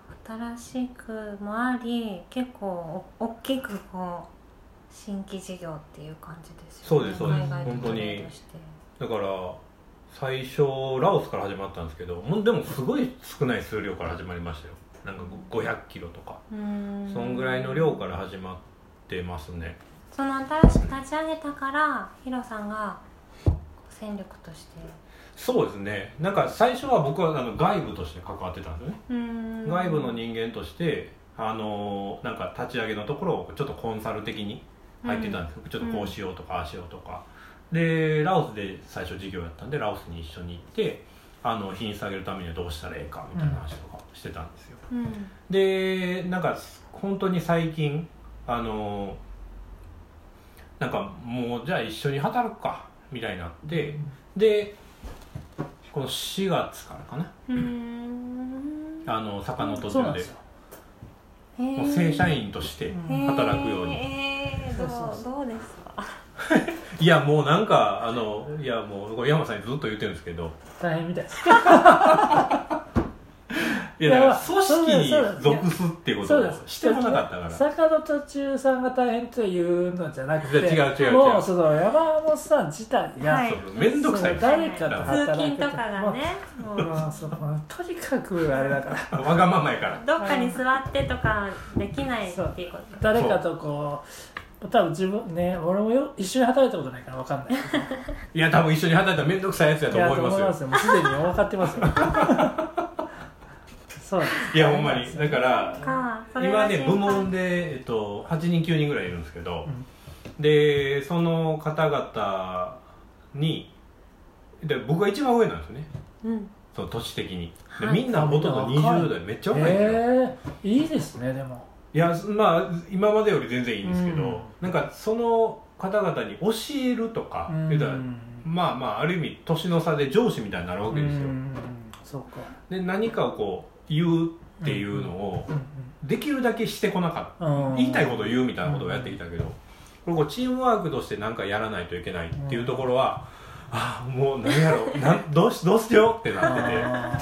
Speaker 2: 新しくもあり結構お大きくこう新規事業っていう感じですよね
Speaker 3: そうですそうです
Speaker 2: 海外と
Speaker 3: 本当に
Speaker 2: 同時して
Speaker 3: だから最初ラオスから始まったんですけどもうでもすごい少ない数量から始まりましたよなんか500キロとか
Speaker 2: うーん
Speaker 3: そんぐらいの量から始まってますね
Speaker 2: その新しく立ち上げたからヒロさんが戦力として
Speaker 3: そうですねなんか最初は僕はあの外部として関わってたんですよね、
Speaker 2: うーん
Speaker 3: 外部の人間としてあのーなんか立ち上げのところをちょっとコンサル的に入ってたんですけど、ちょっとこうしようとかああしようとかでラオスで最初授業やったんでラオスに一緒に行ってあの品質上げるためにはどうしたらええかみたいな話とかしてたんですよ、
Speaker 2: うん
Speaker 3: でなんか本当に最近あのなんかもうじゃあ一緒に働くかみたいになってでこの4月からかな
Speaker 2: うーん
Speaker 3: あの坂の途
Speaker 1: そうな
Speaker 3: 中
Speaker 1: んで
Speaker 3: です
Speaker 1: よ
Speaker 3: もう正社員として働くように
Speaker 2: えー、ど
Speaker 1: そうそう
Speaker 2: う
Speaker 1: そ
Speaker 2: どうですか
Speaker 3: いやもうなんかあのいやもうこれ山さんにずっと言ってるんですけど
Speaker 1: 大変みたいです
Speaker 3: いやだか
Speaker 1: い
Speaker 3: ら
Speaker 1: や
Speaker 3: 組織
Speaker 1: そうです
Speaker 3: に
Speaker 1: そうで
Speaker 3: 属すっていうこ
Speaker 1: そ
Speaker 3: と
Speaker 1: うで
Speaker 3: を
Speaker 1: す
Speaker 3: してもなかったから
Speaker 1: 坂の途中さんが大変というのじゃなくて
Speaker 3: いや違う違う違う
Speaker 1: もうその山本さん自体が、
Speaker 2: はい
Speaker 3: そう面倒くさ
Speaker 1: そ
Speaker 3: いで
Speaker 1: う
Speaker 3: す
Speaker 1: 誰かと働
Speaker 2: 通
Speaker 1: く
Speaker 2: 勤とかがねもう
Speaker 1: まあそのとにかくあれだから
Speaker 3: わがままやから
Speaker 2: どっかに座ってとかできないっていうこと
Speaker 1: 誰かとこう多分自分ね俺もよ一緒に働いたことないから分かんない
Speaker 3: いや多分一緒に働いたら面倒くさいやつやと思いますよ
Speaker 1: よもうすでに分かってますよ そうなんです
Speaker 3: いやほんまにだから
Speaker 2: かそれ
Speaker 3: 今
Speaker 2: が
Speaker 3: ね
Speaker 2: 心配
Speaker 3: 部門で、えっと、8人9人ぐらいいるんですけど、
Speaker 1: うん
Speaker 3: でその方々にで僕が一番上なんですよね
Speaker 2: うん
Speaker 3: その年的にで
Speaker 2: はい
Speaker 3: みんなほとんど
Speaker 1: みんな若い
Speaker 3: 20代めっちゃ若いんですよ、
Speaker 1: ええいいですねでも
Speaker 3: いやまあ今までより全然いいんですけど、
Speaker 1: うん
Speaker 3: なんかその方々に教えるとか、言うたらまあまあある意味年の差で上司みたいになるわけですよ、
Speaker 1: うんそうか
Speaker 3: で何かをこう言うっていうのをできるだけしてこなかった
Speaker 1: うん
Speaker 3: 言いたいことを言うみたいなことをやってきたけど、これこうチームワークとして何かやらないといけないっていうところは、ああもう何やろうなんどうしどうしようってなってて
Speaker 1: あ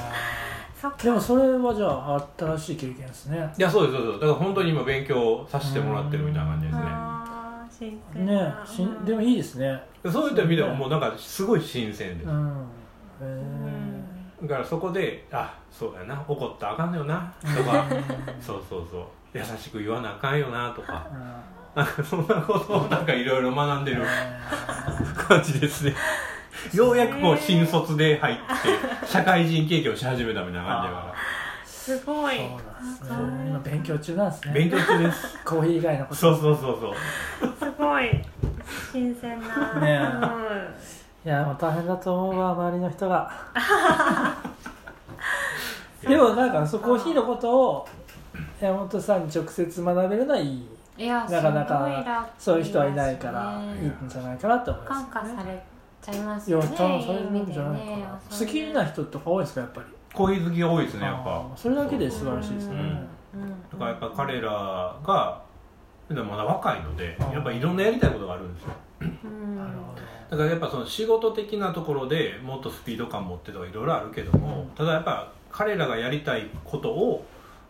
Speaker 2: そっか
Speaker 1: でもそれはじゃあ新しい経験ですね
Speaker 3: いやそうですそうですだから本当に今勉強させてもらってるみたいな感じですね
Speaker 2: あー新鮮
Speaker 1: ね
Speaker 2: な
Speaker 1: し
Speaker 2: うん
Speaker 1: んでもいいですね
Speaker 3: そういった意味では
Speaker 1: そうね
Speaker 3: もうなんかすごい新鮮で
Speaker 1: う
Speaker 3: す、
Speaker 1: んへ
Speaker 2: うん
Speaker 3: だからそこであそうやな怒ったらあかんのよなとか そうそうそう優しく言わなあかんよなとかなんかそんなことをなんかいろいろ学んでる感じで すねようやくこう新卒で入って社会人経験をし始めたみたいな感じだか
Speaker 2: すごい
Speaker 1: えそうなんですね
Speaker 2: かわいい
Speaker 1: 今勉強中なんです
Speaker 3: ら
Speaker 1: ね
Speaker 3: 勉強中です
Speaker 1: コーヒー以外のこと
Speaker 3: そうそうそうそう
Speaker 2: すごい新鮮な
Speaker 1: ねいやもう大変だと思うわ周りの人 がでもなんかそうコーヒーのことを山本さんに直接学べるのはいい
Speaker 2: うん、いや
Speaker 1: なかな
Speaker 2: すごいラッキー
Speaker 1: か
Speaker 2: です
Speaker 1: そういう人はいないからいい
Speaker 2: ね
Speaker 1: んじゃないかなと思います
Speaker 2: 感化されちゃいます
Speaker 1: いや
Speaker 2: よ
Speaker 1: 多
Speaker 2: ね
Speaker 1: 分そういうもんじゃない
Speaker 2: い
Speaker 1: か
Speaker 2: い意味でね
Speaker 1: な
Speaker 2: そう
Speaker 1: 好
Speaker 2: いう
Speaker 1: きな人とか多いんですかやっぱり
Speaker 3: コーヒー好きが多いですねやっぱ
Speaker 1: あーそれだけで素晴らしいですね
Speaker 2: うんうん
Speaker 3: だからやっぱ彼らがでもまだ若いので
Speaker 1: あー
Speaker 3: やっぱいろんなやりたいことがあるんですよ
Speaker 2: うん
Speaker 1: なるほど
Speaker 3: だからやっぱその仕事的なところでもっとスピード感持ってとかいろいろあるけども、
Speaker 1: うん
Speaker 3: ただやっぱ彼らがやりたいことを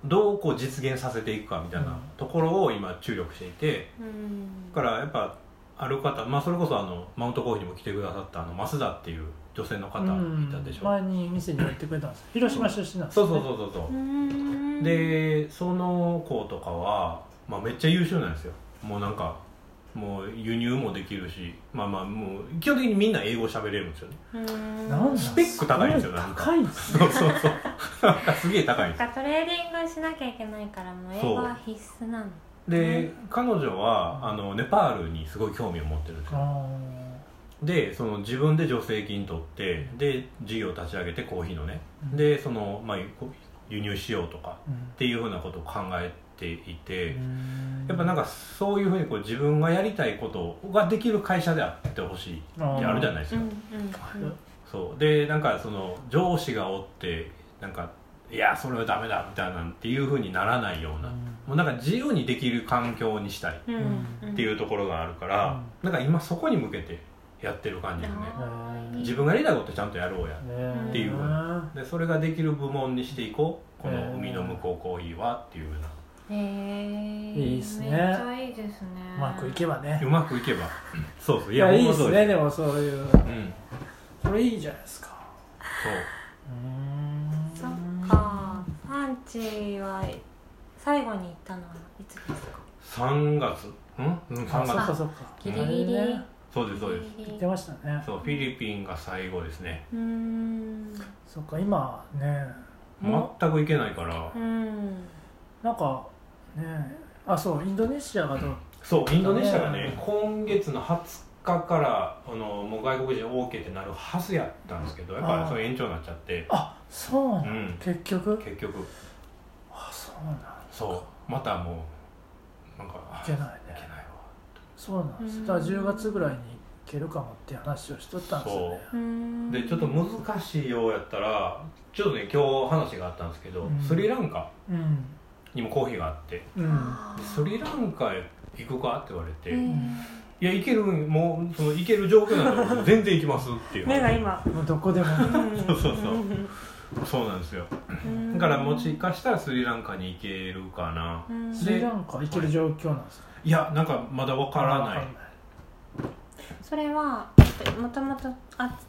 Speaker 3: どうこう実現させていくかみたい
Speaker 1: うん
Speaker 3: なところを今注力していて
Speaker 2: うん
Speaker 3: だからやっぱある方、まあ、それこそあのマウントコーヒーにも来てくださったあの増田っていう女性の方いたでしょ、
Speaker 1: 前に店に寄ってくれたんです広島出身なんです
Speaker 3: そうそう
Speaker 1: う
Speaker 3: そうそうそうう、
Speaker 2: ん
Speaker 3: でその子とかは、まあ、めっちゃ優秀なんですよもうなんかもう輸入もできるしまあまあもう基本的にみんな英語喋れるんですよね
Speaker 2: うん
Speaker 1: なんだ
Speaker 3: スペック高いんですよなんか
Speaker 1: 高いです
Speaker 3: そうそうそう。なんかすげえ高いんです
Speaker 2: なんかトレーディングしなきゃいけないからもう英語は必須なの
Speaker 3: よ。で、彼女はあのネパールにすごい興味を持ってるんですよ。
Speaker 1: あ
Speaker 3: で、その自分で助成金取って、で事業を立ち上げてコーヒーのね、
Speaker 1: うん
Speaker 3: でそのまあこう輸入しようとか
Speaker 1: ーうん
Speaker 3: っていうふうなことを考えていて。
Speaker 1: うん
Speaker 3: やっぱなんかそういうふうにこう自分がやりたいことができる会社であってほしい
Speaker 1: あ
Speaker 3: って
Speaker 1: ー
Speaker 3: あるじゃないです
Speaker 2: うん
Speaker 3: か、
Speaker 2: うんうん
Speaker 3: そうでなんかその上司がおってなんかいやそれはダメだみたいなんていうふうにならないようなもうなんか自由にできる環境にしたいっ
Speaker 2: うんん
Speaker 3: ていうところがあるから、なんか今そこに向けてやってる感じですね
Speaker 2: あーいい
Speaker 3: 自分がやりたいことちゃんとやろうや
Speaker 1: ね
Speaker 3: っていうでそれができる部門にしていこうこ
Speaker 1: へ
Speaker 3: の
Speaker 1: ー
Speaker 3: 海の向こうコーヒーはっていうような
Speaker 2: へえ
Speaker 1: いいっすね
Speaker 2: めっちゃいいですね
Speaker 1: うまくいけばね
Speaker 3: うまく いけばそうそう
Speaker 1: いやいいで
Speaker 3: ほんますそう
Speaker 1: ねでもそういう
Speaker 3: うん
Speaker 1: これいいじゃないですか
Speaker 3: そ
Speaker 1: ー
Speaker 3: う
Speaker 1: ん
Speaker 2: そっかパンチは最後に行ったのはいつですか
Speaker 3: う3月ん、うん、
Speaker 1: あ
Speaker 3: 3
Speaker 1: そっ
Speaker 3: 月
Speaker 1: かそっか
Speaker 2: ギリギリ
Speaker 1: あれね
Speaker 3: そうですそうです
Speaker 2: ギリ
Speaker 1: 言
Speaker 2: ギ
Speaker 1: って
Speaker 2: リ
Speaker 1: ましたね
Speaker 3: そうフィリピンが最後ですね
Speaker 2: うーん
Speaker 1: そっか今ねも
Speaker 3: 全く行けないから
Speaker 2: うん
Speaker 1: うなんかねあそうインドネシアがどう
Speaker 3: そうインドネシアがね
Speaker 1: ね
Speaker 3: 今月の20日からあのもう外国人 OK ってなるはずやったんですけどやっぱ
Speaker 1: あー
Speaker 3: りそれ延長になっちゃって
Speaker 1: あそうな
Speaker 3: う
Speaker 1: の
Speaker 3: ん
Speaker 1: 結局
Speaker 3: 結局
Speaker 1: あそうなんだ
Speaker 3: そうまたもうなんかあ
Speaker 1: い
Speaker 3: い
Speaker 1: け
Speaker 3: け
Speaker 1: ない
Speaker 3: ないわ
Speaker 1: ねそうなんです
Speaker 2: うん
Speaker 1: だから10月ぐらいに行けるかもっていう話をしとったんですよね
Speaker 2: うーん
Speaker 3: でちょっと難しいようやったらちょっとね今日話があったんですけど、
Speaker 1: うん
Speaker 3: スリランカ
Speaker 1: うん
Speaker 3: にもコーヒーがあって
Speaker 1: う
Speaker 3: で
Speaker 1: ん
Speaker 2: あー
Speaker 3: スリランカへ行くかって言われて、
Speaker 2: へー
Speaker 3: いや行けるもうその行ける状況 なら全然行きますっていう
Speaker 2: 目が今
Speaker 1: もうど こでも
Speaker 3: そうそうそうそうなんですよだからもしかしたらスリランカに行けるかな
Speaker 2: うん
Speaker 1: スリランカ行ける状況なんですか
Speaker 3: いやなんかまだわからない
Speaker 2: それはもともと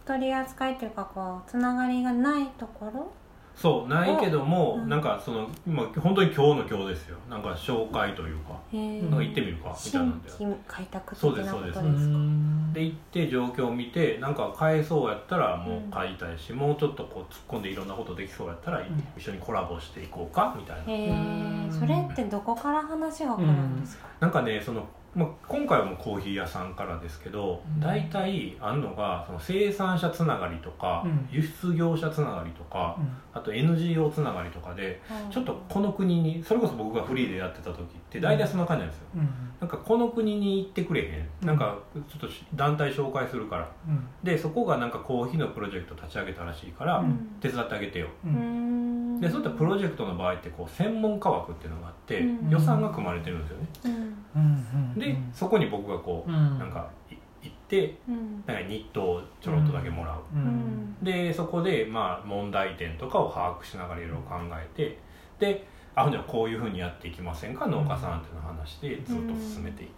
Speaker 2: 取り扱いというかこうつながりがないところ
Speaker 3: そうないけども、
Speaker 2: うん
Speaker 3: なんかその今本当に今日の今日ですよなんか紹介というか
Speaker 2: へー
Speaker 3: なんか行ってみるかみたいなん
Speaker 2: 新
Speaker 3: で
Speaker 2: 規開拓的
Speaker 3: そうです
Speaker 2: なこ
Speaker 3: そう
Speaker 2: と
Speaker 3: で
Speaker 2: ですす
Speaker 1: う
Speaker 2: か
Speaker 1: ん
Speaker 3: で行って状況を見てなんか買えそうやったらもう買いたいし、もうちょっとこう突っ込んでいろんなことできそうやったら、
Speaker 1: ん
Speaker 3: 一緒にコラボしていこうかみたいな
Speaker 2: へえそれってどこから話が来るんですか
Speaker 3: なんかねその、まあ、今回はもうコーヒー屋さんからですけど
Speaker 1: うん
Speaker 3: 大体あんのがその生産者つながりとか、
Speaker 1: うん
Speaker 3: 輸出業者つながりとか
Speaker 1: うん
Speaker 3: あと NGO つながりとかでちょっとこの国にそれこそ僕がフリーでやってた時って大体そんな感じなんですよ
Speaker 1: うん
Speaker 3: なんかこの国に行ってくれへ
Speaker 1: うん
Speaker 3: んなんかちょっとし団体紹介するから
Speaker 1: うん
Speaker 3: でそこがなんかコーヒーのプロジェクト立ち上げたらしいから、
Speaker 2: うん
Speaker 3: 手伝ってあげてよ
Speaker 1: う
Speaker 2: うんん
Speaker 3: でそういったプロジェクトの場合ってこう専門家枠っていうのがあって、
Speaker 2: うん
Speaker 3: 予算が組まれてるんですよね
Speaker 2: うん
Speaker 1: うんうん
Speaker 3: でそこに僕がこう、
Speaker 1: うん
Speaker 3: なんかい行っって
Speaker 2: うん
Speaker 3: なんか日当をちょろっとだけもらう、
Speaker 1: う
Speaker 2: うんん
Speaker 3: でそこでまあ問題点とかを把握しながらいろいろ考えてであほんじゃこういうふうにやっていきませんか農家さんっていうの話でずっと進めていく、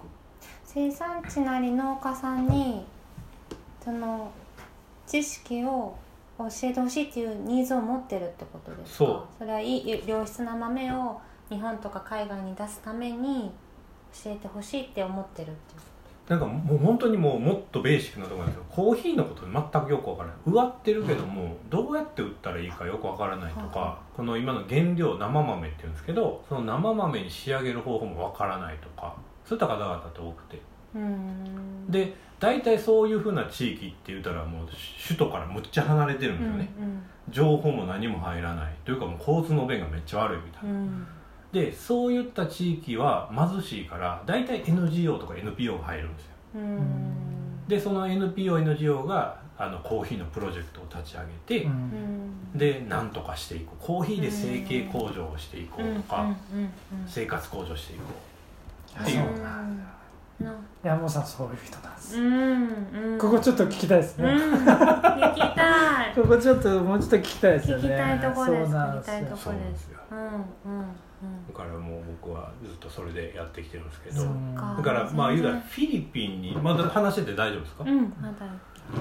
Speaker 2: 生産地なり農家さんにその知識を教えてほしいっていうニーズを持ってるってことですか
Speaker 3: そう
Speaker 2: れはいい良質な豆を日本とか海外に出すために教えてほしいって思ってるっていう
Speaker 3: なんかもう本当にもうもっとベーシックなところなんですけどコーヒーのこと全くよくわからない植わってるけどもどうやって売ったらいいかよくわからないとかこの今の原料生豆っていうんですけどその生豆に仕上げる方法もわからないとかそういった方々って多くて
Speaker 2: うーん
Speaker 3: で大体そういうふうな地域って言ったらもう首都からむっちゃ離れてるんですよね、情報も何も入らないというかもう交通の便がめっちゃ悪いみたいな
Speaker 2: うんうん
Speaker 3: でそういった地域は貧しいから大体 NGO とか NPO が入るんですよ
Speaker 2: うんうん
Speaker 3: でその NPONGO があのコーヒーのプロジェクトを立ち上げて、
Speaker 2: うん
Speaker 3: でなんとかしていこうコーヒーで成形工場をしていこうとか、
Speaker 2: うんうんうん
Speaker 3: 生活向上していこうって
Speaker 1: い
Speaker 3: いううよ
Speaker 1: ん
Speaker 3: うな、
Speaker 2: な
Speaker 1: 山本さんそういう人なんです、
Speaker 2: うんうん
Speaker 1: ここちょっと聞きたいです
Speaker 2: うん
Speaker 1: ね、
Speaker 2: 聞きたい
Speaker 1: ここちょっともうちょっと聞きたいですよ
Speaker 2: 聞
Speaker 1: ね
Speaker 2: きたいとこです
Speaker 1: そうなん
Speaker 2: 聞
Speaker 1: で
Speaker 2: き
Speaker 1: す
Speaker 2: たいと
Speaker 1: よ
Speaker 2: こ
Speaker 3: そうなん
Speaker 2: で
Speaker 3: ですすよ
Speaker 2: うんうんうん
Speaker 3: だからもう僕はずっとそれでやってきてるんですけ
Speaker 1: そ
Speaker 3: ど
Speaker 1: う
Speaker 3: だからまあ言うたらフィリピンにまだ話してて大丈夫ですか、
Speaker 2: うんまだ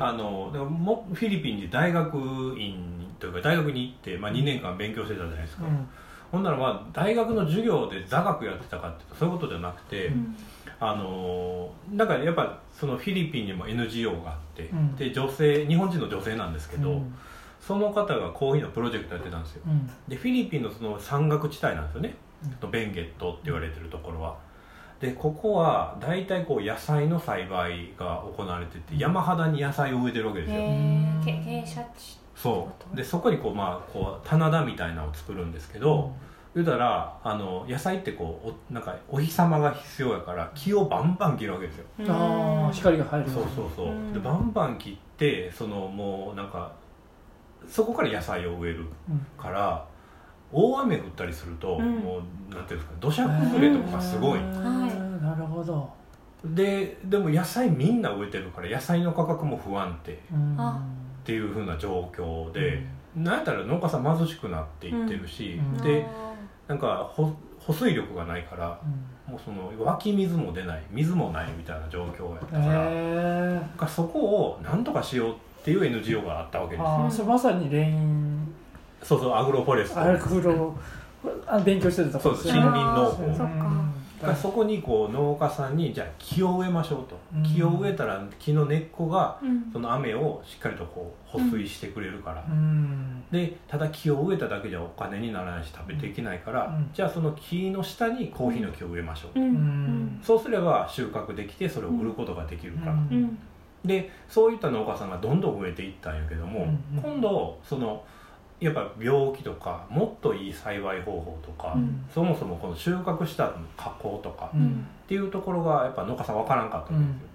Speaker 3: あのでももフィリピンに大学院にというか大学に行って、まあ、2年間勉強してたじゃないですか、
Speaker 1: うん
Speaker 3: ほんならまあ大学の授業で座学やってたかっていうとそういうことじゃなくて、
Speaker 2: うん
Speaker 3: あのーなんかやっぱそのフィリピンにも NGO があって、
Speaker 1: うん
Speaker 3: で女性日本人の女性なんですけど、
Speaker 1: うん
Speaker 3: その方がコーヒーのプロジェクトやってたんですよ
Speaker 1: うん
Speaker 3: でフィリピンのその山岳地帯なんですよね、
Speaker 1: うん
Speaker 3: そのベンゲットって言われてるところはでここは大体こう野菜の栽培が行われてて山肌に野菜を植えてるわけですよ、
Speaker 2: へえけ傾斜地
Speaker 3: そうでそこにこうまあこう棚田みたいなのを作るんですけど、言うたらあの野菜ってこうおなんかお日様が必要やから木をバンバン切るわけですよ、
Speaker 1: ああ光が入る
Speaker 3: そうそうそう、
Speaker 2: うん
Speaker 3: でバンバン切ってそのもうなんかそこから野菜を植える
Speaker 1: うん
Speaker 3: から大雨降ったりすると、
Speaker 2: うん
Speaker 3: もうなんていうんですか土砂崩れとかがすごい、
Speaker 1: うんなるほど、
Speaker 3: ででも野菜みんな植えてるから野菜の価格も不安定っ
Speaker 1: うん
Speaker 2: あ
Speaker 3: ていう風な状況で、なんやったら農家さん貧しくなっていってるし、
Speaker 1: うん
Speaker 3: でなんか保保水力がないから
Speaker 1: うん
Speaker 3: もうその湧き水も出ない水もないみたいな状況やった
Speaker 1: へ
Speaker 3: から、
Speaker 1: え
Speaker 3: だからそこをなんとかしようっていう NGO があったわけですよ
Speaker 1: ああそれまさにレイン
Speaker 3: そうそうアグロフォレスト
Speaker 1: アルクロあ勉強してたとこ
Speaker 3: そう森林農法
Speaker 1: うん
Speaker 2: そっ
Speaker 3: だからそこにこう農家さんにじゃあ木を植えましょうと、
Speaker 1: うん
Speaker 3: 木を植えたら木の根っこが
Speaker 2: か
Speaker 3: その雨をしっかりとこう保水してくれるから、
Speaker 1: うん
Speaker 3: でただ木を植えただけじゃお金にならないし食べていけないから、
Speaker 1: うん
Speaker 3: じゃあその木の下にコーヒーの木を植えましょう、
Speaker 2: うん
Speaker 1: うん
Speaker 3: そうすれば収穫できてそれを売ることができるから、
Speaker 1: うん
Speaker 2: うんうん
Speaker 3: でそういった農家さんがどんどん増えていったんやけども、
Speaker 1: うんうん
Speaker 3: 今度そのやっぱ病気とかもっといい栽培方法とか、
Speaker 2: うん
Speaker 3: そもそもこの収穫した加工とか
Speaker 1: う
Speaker 2: うん
Speaker 1: ん
Speaker 3: っていうところがやっぱ農家さん分からんかったんですよ、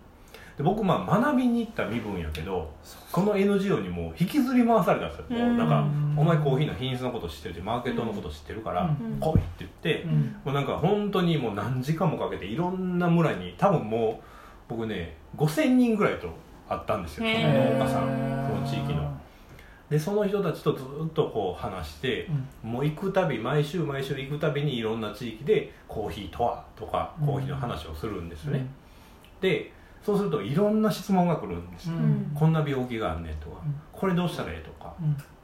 Speaker 3: で僕まあ学びに行った身分やけどこの NGO にもう引きずり回されたんですよ、もうなん
Speaker 2: う
Speaker 3: か
Speaker 2: ん
Speaker 3: 「お前コーヒーの品質のこと知ってるしマーケットのこと知ってるから
Speaker 2: うん
Speaker 3: 来い」って言って、
Speaker 1: う
Speaker 3: も
Speaker 1: ん
Speaker 3: うなんか本当にもう何時間もかけていろんな村に多分もう僕ね5000人ぐらいと会ったんですよその
Speaker 2: へー
Speaker 3: 農家さんその地域のでその人たちとずっとこう話して、もう行くたび毎週毎週行くたびにいろんな地域でコーヒーとはとか
Speaker 1: うん
Speaker 3: コーヒーの話をするんですよね、でそうするといろんな質問が来るんですよ、
Speaker 2: ん
Speaker 3: こんな病気があんねんとか、
Speaker 1: うん
Speaker 3: これどうしたらええとか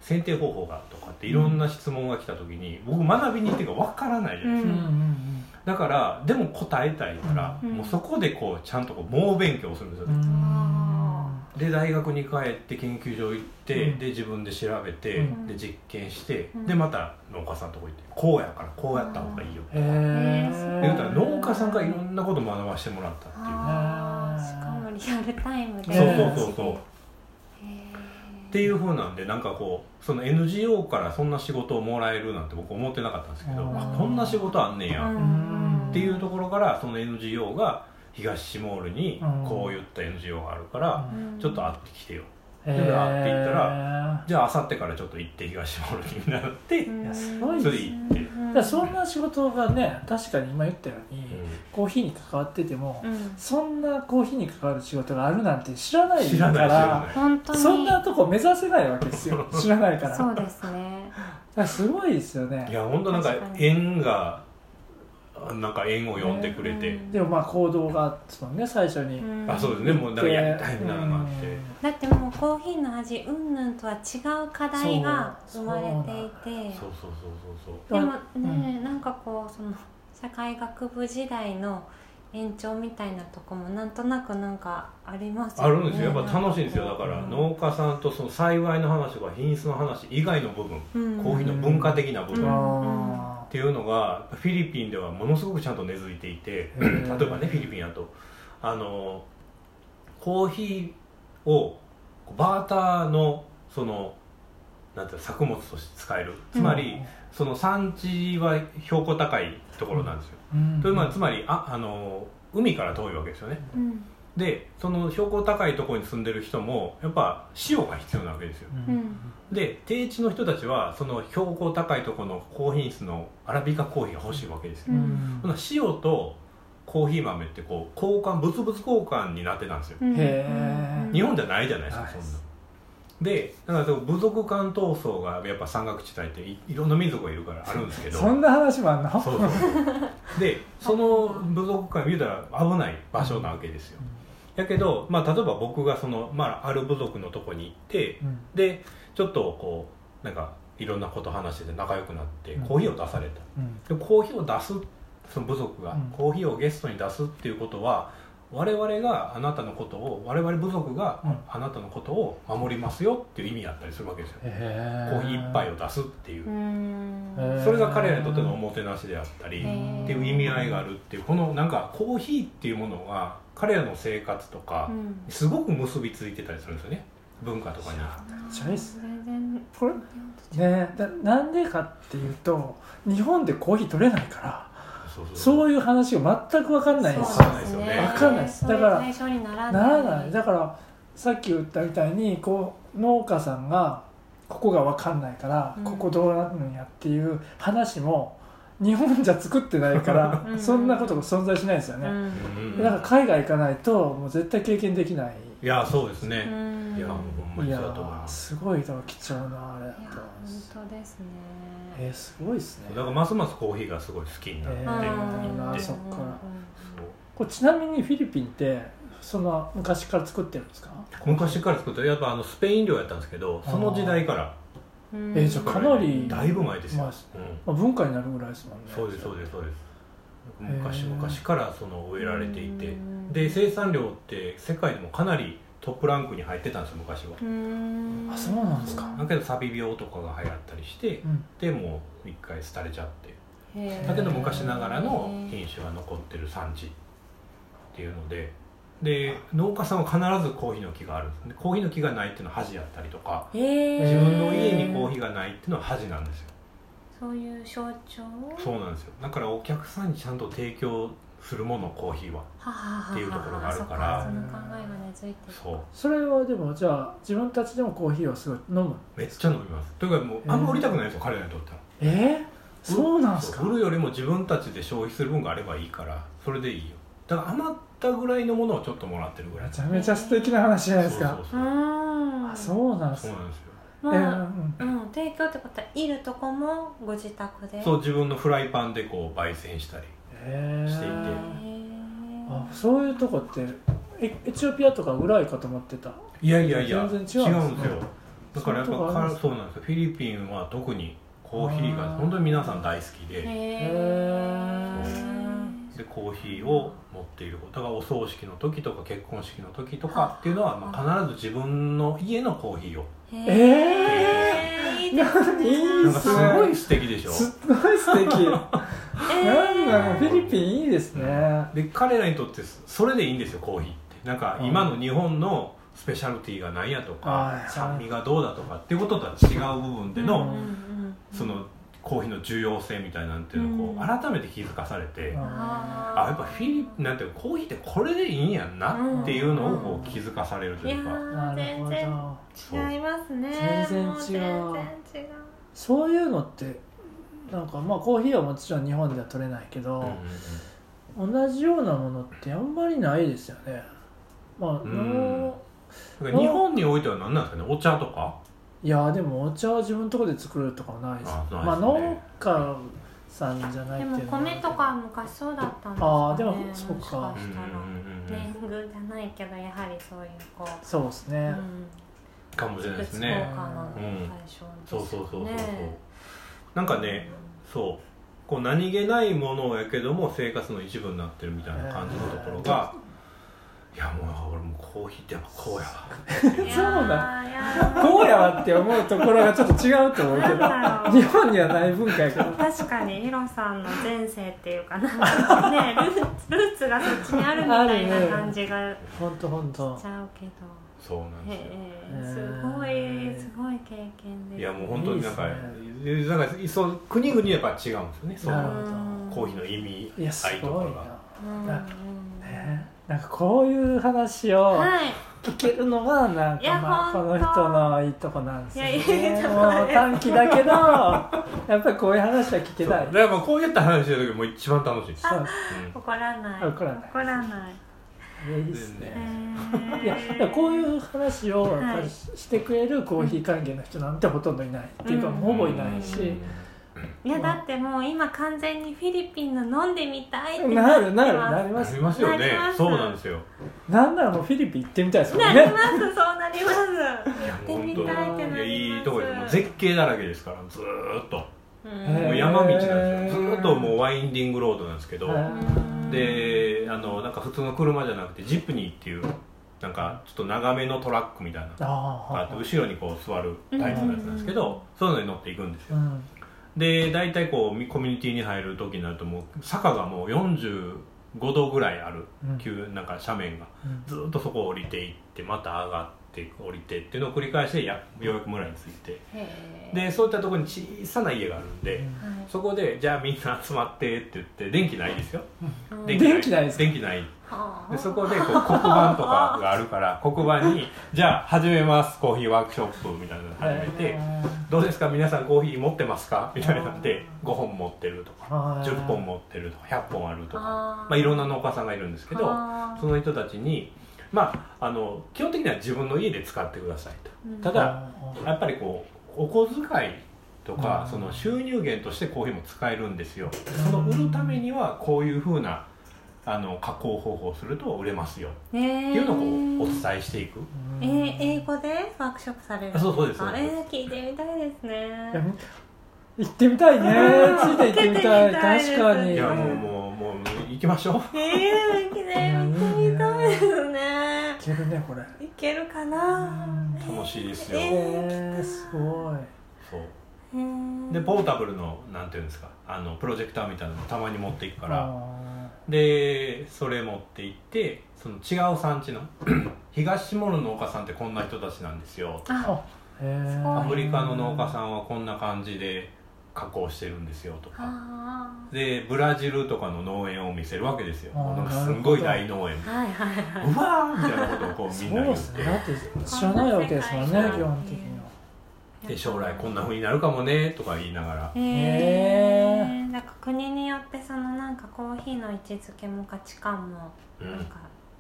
Speaker 3: 選定方法がとかっていろんな質問が来た時に僕学びに行ってるから分からないじゃないで
Speaker 1: う
Speaker 3: す
Speaker 1: んうん
Speaker 3: か、だからでも答えたいから、
Speaker 2: うん
Speaker 3: もうそこでこうちゃんとこう猛勉強するんですよ、
Speaker 1: うん
Speaker 2: あ
Speaker 3: で大学に帰って研究所行って、
Speaker 1: うん
Speaker 3: で自分で調べて、
Speaker 1: うん
Speaker 3: で実験して、
Speaker 2: うん
Speaker 3: でまた農家さんのとこ行ってこうやからこうやった方がいいよって
Speaker 1: へえ
Speaker 2: うん
Speaker 3: 言うたら農家さんからいろ
Speaker 1: なん
Speaker 3: なこと学ばしてもらったっていうっ
Speaker 2: あーしかもリアルタイムで
Speaker 1: そうそう
Speaker 3: そうそう
Speaker 2: へー
Speaker 3: ていうふうなんでなんかこうその NGO からそんな仕事をもらえるなんて僕思ってなかったんですけど、
Speaker 1: うん
Speaker 3: あこんな仕事あんねんや、
Speaker 2: う
Speaker 3: っ
Speaker 2: ん
Speaker 3: ていうところからその NGO が東シモールに
Speaker 1: うん
Speaker 3: こういった NGO があるから、
Speaker 2: うん
Speaker 3: ちょっと会ってきてよ
Speaker 1: へ
Speaker 3: であって言った
Speaker 1: ら
Speaker 3: じゃああさってからちょっと行って東シモールになって、
Speaker 2: うん
Speaker 1: いやすごい
Speaker 3: それで行って
Speaker 1: そんな仕事がね確かに今言ったようにコーヒーに関わってても、
Speaker 2: うん
Speaker 1: そんなコーヒーに関わる仕事があるなんて知らない
Speaker 3: 知
Speaker 1: から
Speaker 3: ない知らない
Speaker 2: 本当に
Speaker 1: そんなとこ目指せないわけですよ知らないから
Speaker 2: そ
Speaker 1: だ
Speaker 2: う
Speaker 1: か
Speaker 2: ですね
Speaker 1: らすごいですよね
Speaker 3: いや本当なんか縁がなんか縁を呼んでくれて、
Speaker 2: うん
Speaker 1: でもまあ行動があったもんね最初に、
Speaker 2: ん
Speaker 3: あそうですねもうなんかやりたいみたいなのがあって、
Speaker 2: だってもうコーヒーの味うんぬんとは違う課題が生
Speaker 1: そう
Speaker 2: まれていて
Speaker 3: そうそうそうそう
Speaker 2: でも
Speaker 1: だ
Speaker 2: ね、なんかこうその社会学部時代の延長みたいなとこもなんとなくなんかあります
Speaker 3: そうあるんですよやっぱ楽しいんですよ
Speaker 2: な
Speaker 3: だ
Speaker 2: かこ
Speaker 3: から
Speaker 1: うん
Speaker 3: 農家さんとその幸いの話とか品質の話以外の部分
Speaker 2: ううん
Speaker 3: コーヒーの文化的な部
Speaker 1: う
Speaker 3: 分っ
Speaker 1: んあ
Speaker 3: ていうのがフィリピンではものすごくちゃんと根付いていて
Speaker 1: へー
Speaker 3: 例えばねフィリピンだとあのコーヒーをバーターのそのなんていうの作物として使えるつまり、その産地は標高高いところなんですよ、
Speaker 1: うん
Speaker 3: というまあつまりああの海から遠いわけですよね
Speaker 2: うん
Speaker 3: でその標高高いところに住んでる人もやっぱ塩が必要なわけですよ
Speaker 1: う
Speaker 2: うん
Speaker 1: ん
Speaker 3: で低地の人たちはその標高高いところの高品質のアラビカコーヒーが欲しいわけですよ、
Speaker 2: うん
Speaker 3: ほな塩とコーヒー豆ってこう交換物々交換になってたんですよ
Speaker 2: うん
Speaker 1: へー
Speaker 2: うん
Speaker 3: 日本じゃないじゃないですか、
Speaker 1: はい
Speaker 3: そんなでだからその部族間闘争がやっぱ山岳地帯っていいろんな民族がいるからあるんですけど
Speaker 1: そんな話もあんの
Speaker 3: そうそうそうでその部族間見たら危ない場所なわけですよやけど、まあ、例えば僕がその、まあ、ある部族のとこに行って
Speaker 1: うん
Speaker 3: でちょっとこうなんかいろんなこと話してて仲良くなって
Speaker 1: うん
Speaker 3: コーヒーを出された、
Speaker 1: うん
Speaker 3: でコーヒーを出すその部族が、
Speaker 1: うん
Speaker 3: コーヒーをゲストに出すっていうことは我々があなたのことを我々部族が
Speaker 1: うん
Speaker 3: あなたのことを守りますよっていう意味だったりするわけですよ、
Speaker 1: へ
Speaker 3: コーヒー一杯を出すっていう
Speaker 2: う、ん
Speaker 1: へー
Speaker 3: それが彼らにとってのおもてなしであったり、っていう意味合いがあるっていうこのなんかコーヒーっていうものが彼らの生活とか
Speaker 2: うん
Speaker 3: すごく結びついてたりするんですよね文化とかに
Speaker 1: ちゃいいっす
Speaker 2: 全然
Speaker 1: これねだなんでかっていうと日本でコーヒー取れないから
Speaker 3: そうそう
Speaker 1: そう
Speaker 3: いう
Speaker 1: いう話が全く分かんないんです
Speaker 2: そ
Speaker 1: よ
Speaker 2: うですね
Speaker 3: わ
Speaker 1: かんないですだから
Speaker 2: そういう対象になら
Speaker 1: ならないだからさっき言ったみたいにこう農家さんがここが分かんないから、
Speaker 2: うん
Speaker 1: ここどうなるんやっていう話も日本じゃ作ってないから
Speaker 2: うん
Speaker 1: そんなことが存在しないですよ
Speaker 2: う
Speaker 1: ね、
Speaker 2: ん
Speaker 3: うん
Speaker 1: だから海外行かないともう絶対経験できない
Speaker 3: いやそうですね、
Speaker 2: うん
Speaker 3: いやほんまに
Speaker 1: い
Speaker 3: そ
Speaker 1: や
Speaker 3: うだと思います
Speaker 1: すごいだから貴重なあれだ
Speaker 2: いや
Speaker 1: と思い
Speaker 2: 本
Speaker 1: ます
Speaker 2: 当ですね
Speaker 1: えー、すごいですね
Speaker 3: だからますますコーヒーがすごい好きになって、
Speaker 1: え
Speaker 2: うん
Speaker 1: ー
Speaker 3: な
Speaker 1: そっか
Speaker 3: そう
Speaker 1: これちなみにフィリピンってその昔から作ってるんですか
Speaker 3: 昔から作ってやっぱあのスペイン領やったんですけどその時代から
Speaker 2: うん
Speaker 1: えーじゃあかなり
Speaker 3: だいぶ前ですよ、
Speaker 1: 前です
Speaker 3: うん
Speaker 1: まあ、文化になるぐらいですもんね
Speaker 3: そうですそう
Speaker 1: で
Speaker 3: ですそうです
Speaker 1: へー
Speaker 3: 昔昔からその植えられていて
Speaker 2: うん
Speaker 3: で生産量って世界でもかなりトップランクに入ってたんですよ昔は
Speaker 2: うん
Speaker 1: あそうなんですか
Speaker 3: だけどサビ病とかが流行ったりして
Speaker 1: うん
Speaker 3: でもう一回廃れちゃって
Speaker 2: へー
Speaker 3: だけど昔ながらの品種が残ってる産地っていうのでで農家さんは必ずコーヒーの木があるんですねコーヒーの木がないっていうのは恥やったりとか
Speaker 2: へー
Speaker 1: 自
Speaker 3: 自分の家にコーヒーがないっていうのは恥なんですよ
Speaker 2: そういう象徴
Speaker 3: そうなんですよだからお客さんにちゃんと提供するものコーヒーは
Speaker 2: ははは
Speaker 3: っていうところがあるから
Speaker 2: そっその考えが根付いてる
Speaker 3: そう
Speaker 1: それはでもじゃあ自分たちでもコーヒーをすごい飲む
Speaker 3: めっちゃ飲みますというかもうあんま売りたくないんですよ、彼らにとっては
Speaker 1: えー、そうなんです
Speaker 3: そう
Speaker 1: か
Speaker 3: 売るよりも自分たちで消費する分があればいいからそれでいいよだから余ったぐらいのものをちょっともらってるぐらい
Speaker 1: めちゃめちゃ素敵な話じゃないですか
Speaker 3: そうう
Speaker 2: ーん
Speaker 1: あそうなんで
Speaker 3: そうそ
Speaker 1: す
Speaker 3: うそう
Speaker 1: か
Speaker 3: なんですよ
Speaker 1: え
Speaker 2: まあ
Speaker 1: ーうん
Speaker 2: うん提供ってことはいるとこもご自宅で
Speaker 3: そう自分のフライパンでこう焙煎したり
Speaker 1: えー
Speaker 3: していて
Speaker 2: へ
Speaker 1: あ
Speaker 2: ー
Speaker 1: そういうとこってエエチオピアとかぐらいかと思ってた
Speaker 3: いやいやいや
Speaker 1: 全然違うんですね
Speaker 3: んですよだからやっぱ
Speaker 1: そういうとこあるんですね
Speaker 3: そうなんですよフィリピンは特にコーヒーが
Speaker 1: あー
Speaker 3: 本当に皆さん大好きで、
Speaker 2: へ
Speaker 3: でコーヒーを持っていることだからお葬式の時とか結婚式の時とかっていうのは、まあ、必ず自分の家のコーヒーを
Speaker 2: え
Speaker 1: え
Speaker 2: えいいですね
Speaker 1: 何
Speaker 3: なんかすごい素敵でしょ
Speaker 1: すごい素 敵なん
Speaker 2: え
Speaker 1: なのフィリピンいいですね
Speaker 3: で彼らにとってそれでいいんですよコーヒーってなんか
Speaker 1: うん
Speaker 3: 今の日本のスペシャルティーがないやと
Speaker 1: は
Speaker 3: か
Speaker 1: い
Speaker 3: 酸味がどうだとかっていうこととは違う部分で
Speaker 2: ー
Speaker 3: の、
Speaker 2: うんうんうん
Speaker 3: そのコーヒーの重要性みたいなんていうのをこ
Speaker 2: う
Speaker 3: うん改めて気づかされて、
Speaker 1: あ
Speaker 3: あやっぱフィリピンなんていうのコーヒーってこれでいいんやんなっていうのをこう気づかされると
Speaker 2: いや
Speaker 3: いうか、
Speaker 1: ー
Speaker 2: ー
Speaker 1: なる
Speaker 2: 全
Speaker 1: ほ
Speaker 2: 然
Speaker 1: ど
Speaker 2: 違いますね
Speaker 1: 全然違う
Speaker 2: も全然違う
Speaker 1: そういうのってなんかまあコーヒーはもちろん日本では取れないけど、
Speaker 3: うんうんうん
Speaker 1: 同じようなものってあんまりないですよねまあ
Speaker 3: うん
Speaker 1: の
Speaker 3: だから日本においては何なんですかねお茶とか
Speaker 1: いやでもお茶を自分のところで作るとかはないです
Speaker 3: あないですね
Speaker 1: まあ農家さんじゃない
Speaker 2: で
Speaker 1: っていうの
Speaker 2: も
Speaker 1: は
Speaker 2: 米とかは昔そうだったんですかね
Speaker 1: あーでもそ
Speaker 2: も
Speaker 1: う
Speaker 2: し
Speaker 1: か
Speaker 2: かしたら
Speaker 3: うんうんうんうん
Speaker 2: 年貢じゃないけどやはりそういうこう、
Speaker 1: そうですね、
Speaker 2: うん、
Speaker 3: かもしれないです
Speaker 2: 物
Speaker 3: ね
Speaker 2: 交換の対象
Speaker 3: そう
Speaker 2: です
Speaker 3: そうそうそう
Speaker 2: よ
Speaker 3: そう
Speaker 2: ね
Speaker 3: なんかねそうこう何気ないものやけども生活の一部になってるみたいな感じのところが、いやもう俺もうコーヒーってやっぱこうやわ
Speaker 2: うんいやー
Speaker 1: そうなんだ
Speaker 2: いや
Speaker 1: こうやわって思うところがちょっと違うと思うけ
Speaker 2: ー
Speaker 1: ど
Speaker 2: なんだ ろ
Speaker 1: 日
Speaker 2: う
Speaker 1: 本にはない文化や けど
Speaker 2: 確かにヒロさんの前世っていうかなん かねルーツルーツがそっちにあるみたいな感じが
Speaker 1: ほんとほんと
Speaker 2: しちゃうけど、
Speaker 3: そうなんですよ
Speaker 2: へえすごいすごい経験です
Speaker 3: いやもう本当になん
Speaker 1: い
Speaker 3: かなんかその国々やっぱ違うんですよねそ
Speaker 1: なる
Speaker 3: の
Speaker 1: ほ
Speaker 2: うん
Speaker 3: コーヒーの意味
Speaker 1: どいやす
Speaker 3: 合いと
Speaker 1: ご
Speaker 3: か
Speaker 1: い
Speaker 3: が
Speaker 2: うんうん
Speaker 1: な、ね、なんかこういう話を
Speaker 2: はい
Speaker 1: 聞けるのがなん
Speaker 2: い
Speaker 1: か
Speaker 2: や
Speaker 1: まあこ
Speaker 2: ほんと
Speaker 1: の人のいいとこなんですよ
Speaker 2: いやいやい
Speaker 1: ね
Speaker 2: や
Speaker 1: もう短期だけどやっぱりこういう話は聞け
Speaker 3: そう
Speaker 1: たい
Speaker 3: だからまあこうやった話してる時も一番楽しいです、
Speaker 1: そう
Speaker 3: うん
Speaker 2: 怒らない
Speaker 1: 怒らない
Speaker 2: 怒らない
Speaker 1: いやいいっすね
Speaker 2: へえ
Speaker 1: いやだからこういう話を
Speaker 2: い
Speaker 1: やっぱりしてくれるコーヒー関係の人なんてほとんどいないっていうか
Speaker 2: うん
Speaker 1: ほぼいないし
Speaker 2: いやだってもう今完全にフィリピンの飲んでみたいって
Speaker 1: なるなる
Speaker 2: な
Speaker 1: な
Speaker 2: って
Speaker 1: り
Speaker 3: あ
Speaker 1: ます
Speaker 3: りますよね
Speaker 2: なります
Speaker 3: そうなんですよ
Speaker 1: なんならもうフィリピン行ってみたいですも
Speaker 2: ます
Speaker 1: ん
Speaker 2: なり
Speaker 1: ね
Speaker 2: ますそうなります
Speaker 3: いや
Speaker 2: 行ってみたいってなります
Speaker 3: いやいいとこですもう絶景だらけですからずーっと
Speaker 2: うん
Speaker 1: へ
Speaker 3: もう山道なんですよずーっともうワインディングロードなんですけど、
Speaker 1: はい
Speaker 3: であのなんか普通の車じゃなくてジプニーっていうなんかちょっと長めのトラックみたいなのがあ
Speaker 1: あ
Speaker 3: と後ろにこう座るタイプのやつなんですけど、そういうのに乗っていくんです
Speaker 1: あ
Speaker 3: よで大体こうみコミュニティに入る時になるともう坂がもう45度ぐらいある
Speaker 1: うん
Speaker 3: 急なんか斜面が
Speaker 1: うん
Speaker 3: ずーっとそこを降りていってまた上がって降りてっていうのを繰り返してやようやく村に着いて
Speaker 2: へえ
Speaker 3: でそういったところに小さな家があるんで、
Speaker 2: はい
Speaker 3: そこでじゃあみんな集まってって言って電気ないですよ
Speaker 2: うん
Speaker 1: 電気ないですか
Speaker 3: 電気ない
Speaker 2: はあ
Speaker 3: でそこでこう黒板とかがある から黒板に「じゃあ始めますコーヒーワークショップ」みたいなの始めて「どうですか皆さんコーヒー持ってますか?」みたいになって5本持ってるとか10本持ってるとか100本あるとか
Speaker 2: あー
Speaker 3: まあ、いろんな農家さんがいるんですけど
Speaker 2: あー
Speaker 3: その人たちにまああの基本的には自分の家で使ってくださいと
Speaker 2: うん
Speaker 3: ただやっぱりこうお小遣いとか
Speaker 1: うん
Speaker 3: その収入源としてコーヒーも使えるんですよでその売るためにはこういうふうなあの加工方法をすると売れますよ
Speaker 2: へ
Speaker 3: っ
Speaker 2: え
Speaker 3: ていうのをこうお伝えしていく
Speaker 2: えー英語でワークショップされるんですか
Speaker 3: そうそうですそうです
Speaker 2: えー聞いてみたいです
Speaker 1: いや
Speaker 2: ね
Speaker 1: み行ってみたいねついて行ってみたい
Speaker 2: 行ってみたいです
Speaker 1: 確かに
Speaker 3: いやもう
Speaker 1: 行
Speaker 3: もうもう行きましょう
Speaker 2: えー行きたい行ってみたいですね
Speaker 1: けるねこれ
Speaker 2: いけるかな
Speaker 3: 楽しいですよ、
Speaker 2: えー
Speaker 1: えーすごい
Speaker 3: そう
Speaker 2: へー
Speaker 3: でポータブルのなんていうんですかあのプロジェクターみたいなのもたまに持っていくから
Speaker 1: あ
Speaker 3: でそれ持って行ってその違う産地の 東下の農家さんってこんな人たちなんですよ
Speaker 1: ーあへー
Speaker 3: アフリカの農家さんはこんな感じで加工してるんですよとか
Speaker 2: あ
Speaker 3: でブラジルとかの農園を見せるわけですよ
Speaker 1: あー
Speaker 3: なんかすんごい大農園
Speaker 2: ーはいはいはいう
Speaker 3: わーみたいなことをこう
Speaker 1: そ
Speaker 3: み
Speaker 1: うん
Speaker 3: な言
Speaker 1: で
Speaker 3: っ
Speaker 1: す
Speaker 3: て
Speaker 1: ねだって知らないわけですもんね基本的には
Speaker 3: で将来こんな風になるかもねとか言いながら
Speaker 1: へ
Speaker 2: へえなんか国によってそのなんかコーヒーの位置づけも価値観も
Speaker 3: う
Speaker 2: なん
Speaker 3: ん
Speaker 2: か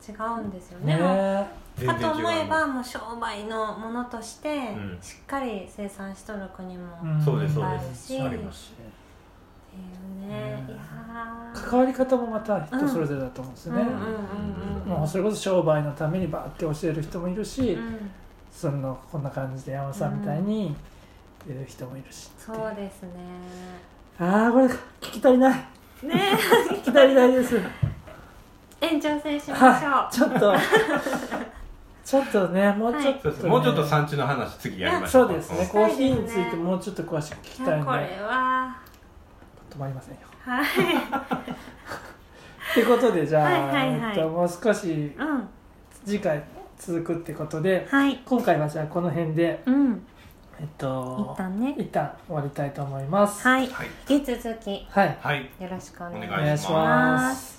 Speaker 2: 違うんですよね、
Speaker 1: ねえ
Speaker 3: 全
Speaker 2: か
Speaker 3: 然
Speaker 2: と
Speaker 3: 違う
Speaker 2: 思えばもう商売のものとして
Speaker 3: ん
Speaker 2: しっかり生産しとる国も、
Speaker 1: うん
Speaker 3: そうですそう
Speaker 2: ですいっぱいあるしありますっていうね、
Speaker 1: うん
Speaker 2: いやー
Speaker 1: 関わり方もまた人それぞれだと思うんですよね、
Speaker 2: うんうんうんうん
Speaker 1: もうそれこそ商売のためにバーって教える人もいるし、
Speaker 2: うん
Speaker 1: そのこんな感じで山さんみたいに言う人もいるし、
Speaker 2: そうですね
Speaker 1: ああこれ聞き足りない
Speaker 2: ね
Speaker 1: 聞き足りないです
Speaker 2: え 延長戦しましょう、
Speaker 1: はいちょっと ちょっとねもうちょっと
Speaker 3: そう
Speaker 1: ね、
Speaker 3: そうもうちょっと産地の話次やりましょ
Speaker 1: そううですね
Speaker 2: ん
Speaker 1: コーヒーについてもうちょっと詳しく聞き
Speaker 2: い
Speaker 1: たい
Speaker 2: や
Speaker 1: ん
Speaker 2: こ
Speaker 1: で
Speaker 2: れは
Speaker 1: 止まりませんよ
Speaker 2: はい
Speaker 1: ってことでじゃあ、
Speaker 2: はいはいはい
Speaker 1: えっと、もう少し
Speaker 2: うん
Speaker 1: 次回続くってことで
Speaker 2: はい
Speaker 1: 今回はじゃあこの辺で
Speaker 2: うん
Speaker 1: えっと
Speaker 2: 一旦ね
Speaker 1: 一旦終わりたいと思います。
Speaker 2: はい
Speaker 3: はい
Speaker 2: 引き続きよ
Speaker 1: はい、
Speaker 3: はい
Speaker 2: ろしくお願いし
Speaker 3: お
Speaker 2: ます
Speaker 1: お
Speaker 3: 願
Speaker 1: 願
Speaker 3: い
Speaker 1: い
Speaker 3: し
Speaker 1: し
Speaker 3: ま
Speaker 1: ますす。